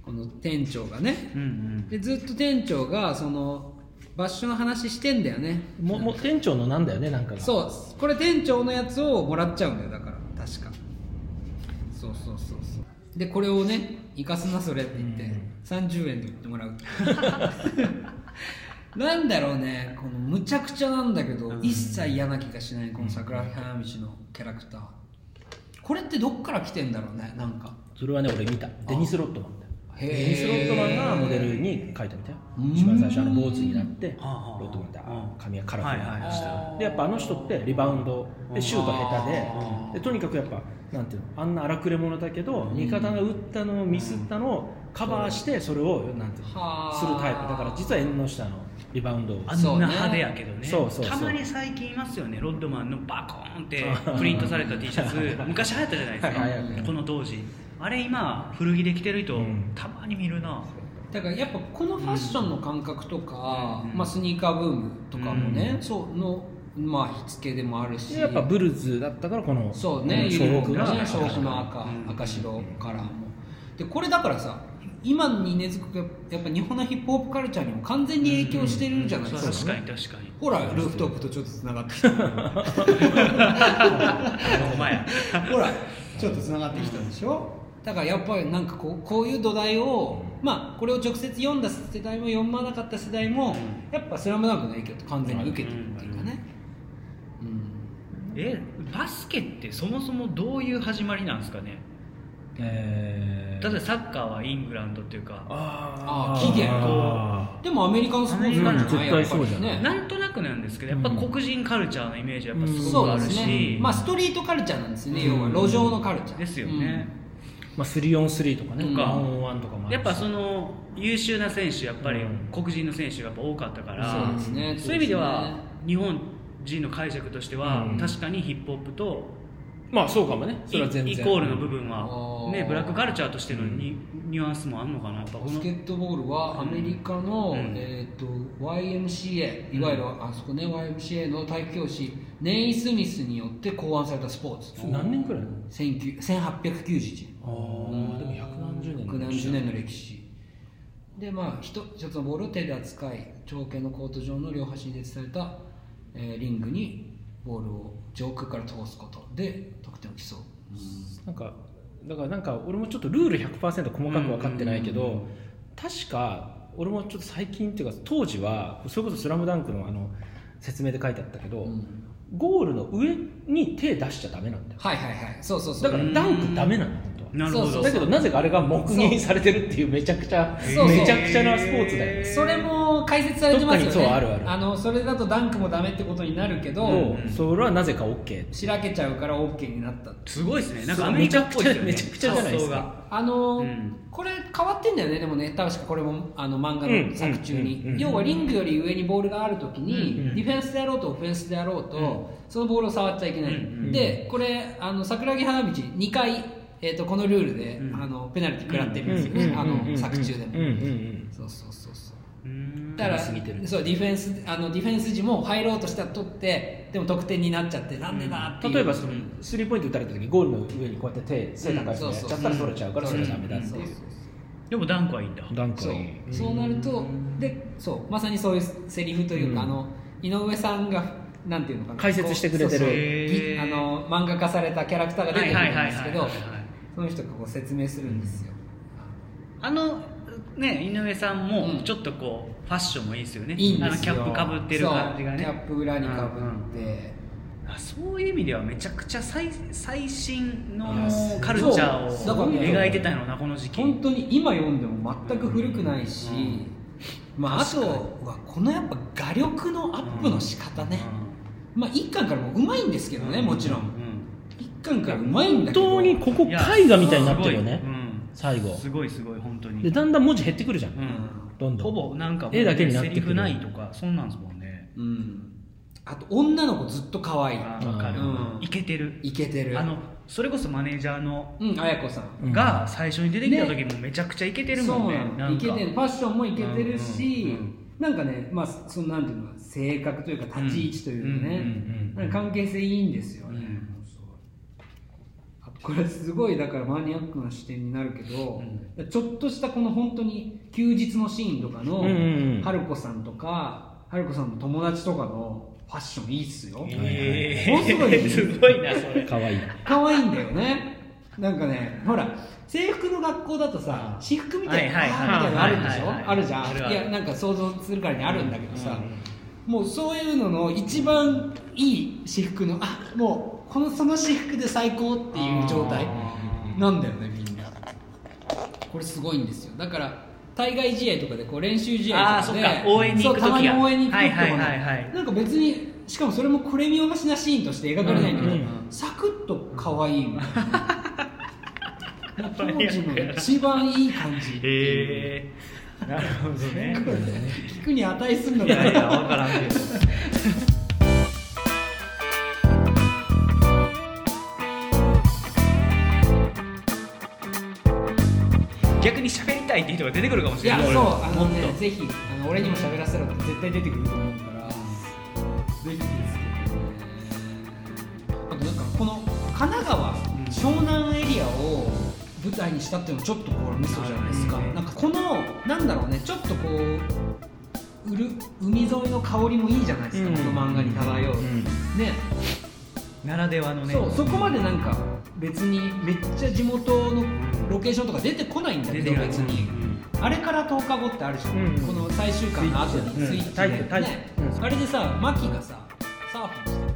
Speaker 2: この店長がね、
Speaker 3: うんうん
Speaker 2: でずっと店長がそのバッシュの話してんだよね
Speaker 1: ももう店長のなんだよねなんかが
Speaker 2: そうこれ店長のやつをもらっちゃうんだよだから確かそうそうそうそうでこれをね「いかすなそれ」って言って、
Speaker 1: うん
Speaker 2: 30円で売ってもらう (laughs) っていうなんだろうねこのむちゃくちゃなんだけど、一切嫌な気がしないこの桜木花道のキャラクターこれってどっから来てんだろうねなんか
Speaker 1: それはね俺見たデニス・ロットマンだよ
Speaker 2: へー
Speaker 1: デニス・ロットマンがモデルに書いたみたいな
Speaker 2: うん
Speaker 1: 一番最初あの坊主になって
Speaker 3: はあはあ
Speaker 1: ロットマンだ
Speaker 3: うん
Speaker 1: 髪がカラフルになりました、
Speaker 2: はいはい
Speaker 1: でやっぱあの人ってリバウンドでシュート下手で
Speaker 2: あー
Speaker 1: でとにかくやっぱなんていうのあんな荒くれ者だけど味方が打ったのをミスったのをカバーしてそれをなんていうの
Speaker 2: はあ
Speaker 1: するタイプだから実は縁の下のリバウンドを
Speaker 3: あ
Speaker 2: そうんね
Speaker 3: な派手やけどね
Speaker 1: そうそうそう
Speaker 3: たまに最近いますよねロッドマンのバコーン
Speaker 2: (laughs)
Speaker 3: ってプリントされた T シャツ昔流行ったじゃないですか
Speaker 1: はいはい
Speaker 2: はい
Speaker 3: この当時あれ今古着で着てる人、
Speaker 1: うん
Speaker 3: たまに見るな
Speaker 2: だからやっぱこのファッションの感覚とか、
Speaker 3: うん
Speaker 2: まあ、スニーカーブームとかもね、
Speaker 3: うん
Speaker 2: そうの、まあ、火付けでもあるし
Speaker 1: でやっぱブルーズだったからこの
Speaker 2: そうね、ユ
Speaker 1: 小
Speaker 2: ニフォ
Speaker 1: 北
Speaker 2: ームが
Speaker 1: が
Speaker 2: ね、小北の赤、
Speaker 3: うん
Speaker 2: 赤白カラーも。で、これだからさ、今に根付く、やっぱ日本のヒップホップカルチャーにも完全に影響してるじゃないですか。
Speaker 3: 確かに確かに
Speaker 2: ほら、ルーフトップとちょっとつながってきた。
Speaker 3: お前や
Speaker 2: (laughs) ほら、ちょっとつながってきたでしょ。だからやっぱりなんかこうこういう土台を、まあ、これを直接読んだ世代も読まなかった世代も、やっぱ「スラムダンクの影響って完全に受けてるっていうかね、うん
Speaker 3: えバスケってそもそもどういう始まりなんですかね
Speaker 1: えー
Speaker 3: 例えばサッカーはイングランドっていうか
Speaker 1: あ
Speaker 2: あー起源
Speaker 1: こ
Speaker 2: でもアメリカのスポーツなんじ
Speaker 1: うん
Speaker 2: ゃないやっぱり
Speaker 1: 絶対そうじゃない
Speaker 2: ね
Speaker 3: なんとなくなんですけどやっぱ黒人カルチャーのイメージはやっぱすご
Speaker 2: そ
Speaker 3: くあ
Speaker 2: う
Speaker 3: る
Speaker 2: です
Speaker 3: し、
Speaker 2: ね、まあ、ストリートカルチャーなんですね、
Speaker 1: うん
Speaker 2: 要は路上のカルチャー
Speaker 3: ですよね、
Speaker 1: まあ、3on3 とかね、
Speaker 2: うん
Speaker 1: ワンオンワンとかもあるし
Speaker 3: やっぱその優秀な選手やっぱり
Speaker 1: うん
Speaker 3: 黒人の選手がやっぱ多かったか
Speaker 2: うん
Speaker 3: ら、
Speaker 2: そうですね
Speaker 3: そういう意味では日本人の解釈としては、
Speaker 1: うん
Speaker 3: 確かにヒップホップと
Speaker 1: まあそうかもね、そ
Speaker 3: イ
Speaker 1: れは全然。
Speaker 3: イコールの部
Speaker 1: 分。
Speaker 3: 分は、
Speaker 2: あ
Speaker 3: ね、
Speaker 2: ー
Speaker 3: ブラックカルチャーとしてのニ,、ニュアンスもあるのかなやっぱ
Speaker 2: バ
Speaker 3: この
Speaker 2: スケットボールはアメリカの、
Speaker 3: うん
Speaker 2: えー、と YMCA いわゆるあそこね YMCA の体育教師ネイ・スミスによって考案されたスポーツ
Speaker 1: 何年くらい
Speaker 2: 19 1891年
Speaker 1: ああ、でも百何十年
Speaker 2: 100何十年の歴史でまあ一一つのボールを手で扱い長径のコート上の両端に設置された、えーリングにボールを上空から通すことで得点を競う、
Speaker 1: なんか、だからなんか俺もちょっとルール100%細かく分かってないけど、確か俺もちょっと最近っていうか当時はそれこそ「スラムダンクのあの説明で書いてあったけど、
Speaker 2: うん
Speaker 1: ゴールの上に手出しちゃダメなんだよ
Speaker 2: はいはいはいそうそうそう
Speaker 1: だからダンクダメなんだ本当は
Speaker 3: なるほ
Speaker 2: そ
Speaker 3: ど
Speaker 2: う
Speaker 1: だけどなぜかあれが黙認されてるっていうめちゃくちゃ
Speaker 2: そうそう
Speaker 1: めちゃくちゃなスポーツだよね
Speaker 2: それも解説されてますよね
Speaker 1: どっかにそうあるある
Speaker 2: のそれだとダンクもダメってことになるけど、
Speaker 1: もうそれはなぜか OK
Speaker 2: しらけちゃうから OK になった
Speaker 3: すごいですねなんかアメリカっぽいですよね
Speaker 1: めちゃくちゃじゃないですか
Speaker 2: あのー
Speaker 3: うん
Speaker 2: これ変わってんだよねでもね確かこれもあの漫画
Speaker 1: うん
Speaker 2: の作中に、
Speaker 1: うんうん
Speaker 2: 要はリングより上にボールがある時に、
Speaker 1: うん
Speaker 2: ディフェンスであろうとオフェンスであろうと、
Speaker 3: うん
Speaker 2: そのボールを触っちゃいけない、
Speaker 3: うん
Speaker 1: うん
Speaker 2: でこれあの桜木花道2回、えー、とこのルールで、
Speaker 3: うん
Speaker 2: あのペナルティ食らってるんですよね、あの作中でも、
Speaker 1: うんうんうん
Speaker 2: そうそうそうそう
Speaker 3: うん
Speaker 2: だから
Speaker 1: 過ぎてる
Speaker 2: そうディフェンスあのディフェンス時も入ろうとしたら取ってでも得点になっちゃってなんでだっていう
Speaker 1: 例えばそ
Speaker 2: うん
Speaker 1: のスリーポイント打たれた時ゴールの上にこうやって手背高い人
Speaker 2: そ
Speaker 1: がやっ
Speaker 2: うそう
Speaker 1: ちゃったら取れちゃうからそれはダメだって
Speaker 2: そう
Speaker 1: い
Speaker 2: そう
Speaker 1: う
Speaker 2: そう
Speaker 3: でもダンクはいいんだ
Speaker 1: ダンク
Speaker 2: そう
Speaker 1: はいい
Speaker 2: そうなるとでそうまさにそういうセリフという
Speaker 1: う
Speaker 2: か、
Speaker 1: ん
Speaker 2: あの井上さんがなんていうのかな
Speaker 1: 解説してくれてる
Speaker 2: こうそうそう
Speaker 3: へー
Speaker 2: ぎあの漫画化されたキャラクターが出てくるんですけど
Speaker 3: はいはいはいはいはい
Speaker 2: その人がこう説明するんですよ
Speaker 3: あのね井上さん
Speaker 2: うん
Speaker 3: もちょっとこうファッションもいいですよね、
Speaker 2: いいん
Speaker 3: あ
Speaker 2: で
Speaker 3: の
Speaker 2: す
Speaker 3: キ
Speaker 2: よ
Speaker 3: ャップかぶってる感じがね
Speaker 2: そうキャップ裏にかぶって、
Speaker 3: あそういう意味ではめちゃくちゃ最最新の
Speaker 1: いやす
Speaker 3: カルチャー
Speaker 2: そうだから
Speaker 3: を
Speaker 2: ね
Speaker 3: 描いてたよなこの時期
Speaker 2: 本当に今読んでも全く古くないし、
Speaker 3: うん
Speaker 2: まあ、あとはこのやっぱ画力のアップの仕方ね、まあ一巻からもうまいんですけどね、もちろん一巻からうまいん
Speaker 1: 本
Speaker 2: だけど
Speaker 1: 当にここ
Speaker 3: い
Speaker 1: 絵
Speaker 3: や
Speaker 1: 画みたいになってるよね
Speaker 3: すごいうん
Speaker 1: 最後
Speaker 3: すごいすごい本当に
Speaker 1: でだんだん文字減ってくるじゃん、
Speaker 3: うん
Speaker 1: どんどん
Speaker 3: ほぼなんかもう
Speaker 1: 絵だけになって
Speaker 3: セ
Speaker 1: くる
Speaker 3: リフないとかそんなんですもんね
Speaker 2: うんあと女の子ずっと可愛い
Speaker 3: あーわかる
Speaker 2: うん
Speaker 3: いけてる
Speaker 2: イケてる
Speaker 3: あのそれこそマネージャーの
Speaker 2: うん綾子さん
Speaker 1: うん
Speaker 3: が最初に出てきた時もめちゃくちゃイケてるもん
Speaker 2: そう
Speaker 3: ね
Speaker 2: な
Speaker 3: な
Speaker 2: のイ
Speaker 3: ん
Speaker 2: ケ
Speaker 3: か
Speaker 2: てるファッションもイケてるし、
Speaker 3: うんうんうん
Speaker 2: なんかねまあそのなんていうの性格というか立ち位置というかね、
Speaker 3: うんうん
Speaker 1: うん
Speaker 2: なんか関係性いいんですよね、
Speaker 3: うん
Speaker 2: あとこれすごいだからマニアックな視点になるけど、ちょっとしたこの本当に休日のシーンとかの、
Speaker 1: うんうんうん
Speaker 2: 春子さんとか春子さんの友達とかのファッションいいっすよ
Speaker 3: え
Speaker 2: ものすごい
Speaker 3: ー (laughs) すごいなそれ
Speaker 1: かわいい
Speaker 2: 可愛いんだよねなんかねほら制服の学校だとさ私服みたいな
Speaker 3: はいはいはい
Speaker 2: あーみたいなのあるでしょ、
Speaker 3: はいはいはい
Speaker 2: あるじゃん
Speaker 3: あるある
Speaker 2: いやなんか想像するからにあるんだけどさ、
Speaker 3: うんうん
Speaker 2: もうそういうのの一番いい私服のあもうこのその私服で最高っていう状態なんだよねみんなこれすごいんですよだから対外試合とかでこう練習試合とかで
Speaker 3: あーそっか応援に行く時が
Speaker 2: そうたまに応援に行く時とかね、
Speaker 3: はいはいはいはい
Speaker 2: なんか別にしかもそれもこれ見よがしなシーンとして描かれないんだけど、
Speaker 1: うんうん
Speaker 2: サクッと可愛いみたいな当時の一番いい感じっていう
Speaker 3: へえなるほどね
Speaker 2: これ聞くに値するの
Speaker 3: い
Speaker 2: かな
Speaker 3: やいやわからんけど逆に喋りたいって人が出てくるかもし
Speaker 2: い
Speaker 3: れ
Speaker 2: や
Speaker 3: ない
Speaker 2: そう
Speaker 3: 俺も
Speaker 2: あの
Speaker 3: もっと
Speaker 2: ねぜひあの俺にも喋らせろって絶対出てくると思うからぜひですけどねあとなんかこの神奈川湘南エリアを舞台にしたっていうのもちょっとこれミソじゃないですか、
Speaker 3: うん
Speaker 2: なんかこのなんだろうねちょっとこううる海沿いの香りもいいじゃないですか、
Speaker 1: うん
Speaker 2: この漫画に漂う、
Speaker 1: うん
Speaker 2: ね
Speaker 3: ならではのね
Speaker 2: そうそこまでなんか別にめっちゃ地元のロケーションとか出てこないんだけ
Speaker 3: 出
Speaker 2: ど
Speaker 3: てくる
Speaker 2: 別に、あれから10日後ってあるじゃん、
Speaker 1: うん
Speaker 2: この最終回の後にス
Speaker 1: ス
Speaker 2: イ
Speaker 1: イ
Speaker 2: ッ
Speaker 1: ッ
Speaker 2: チ
Speaker 1: チ
Speaker 2: で、
Speaker 1: だようんタイトルタイトル
Speaker 2: ねあれでさマキがさサーフィンしてる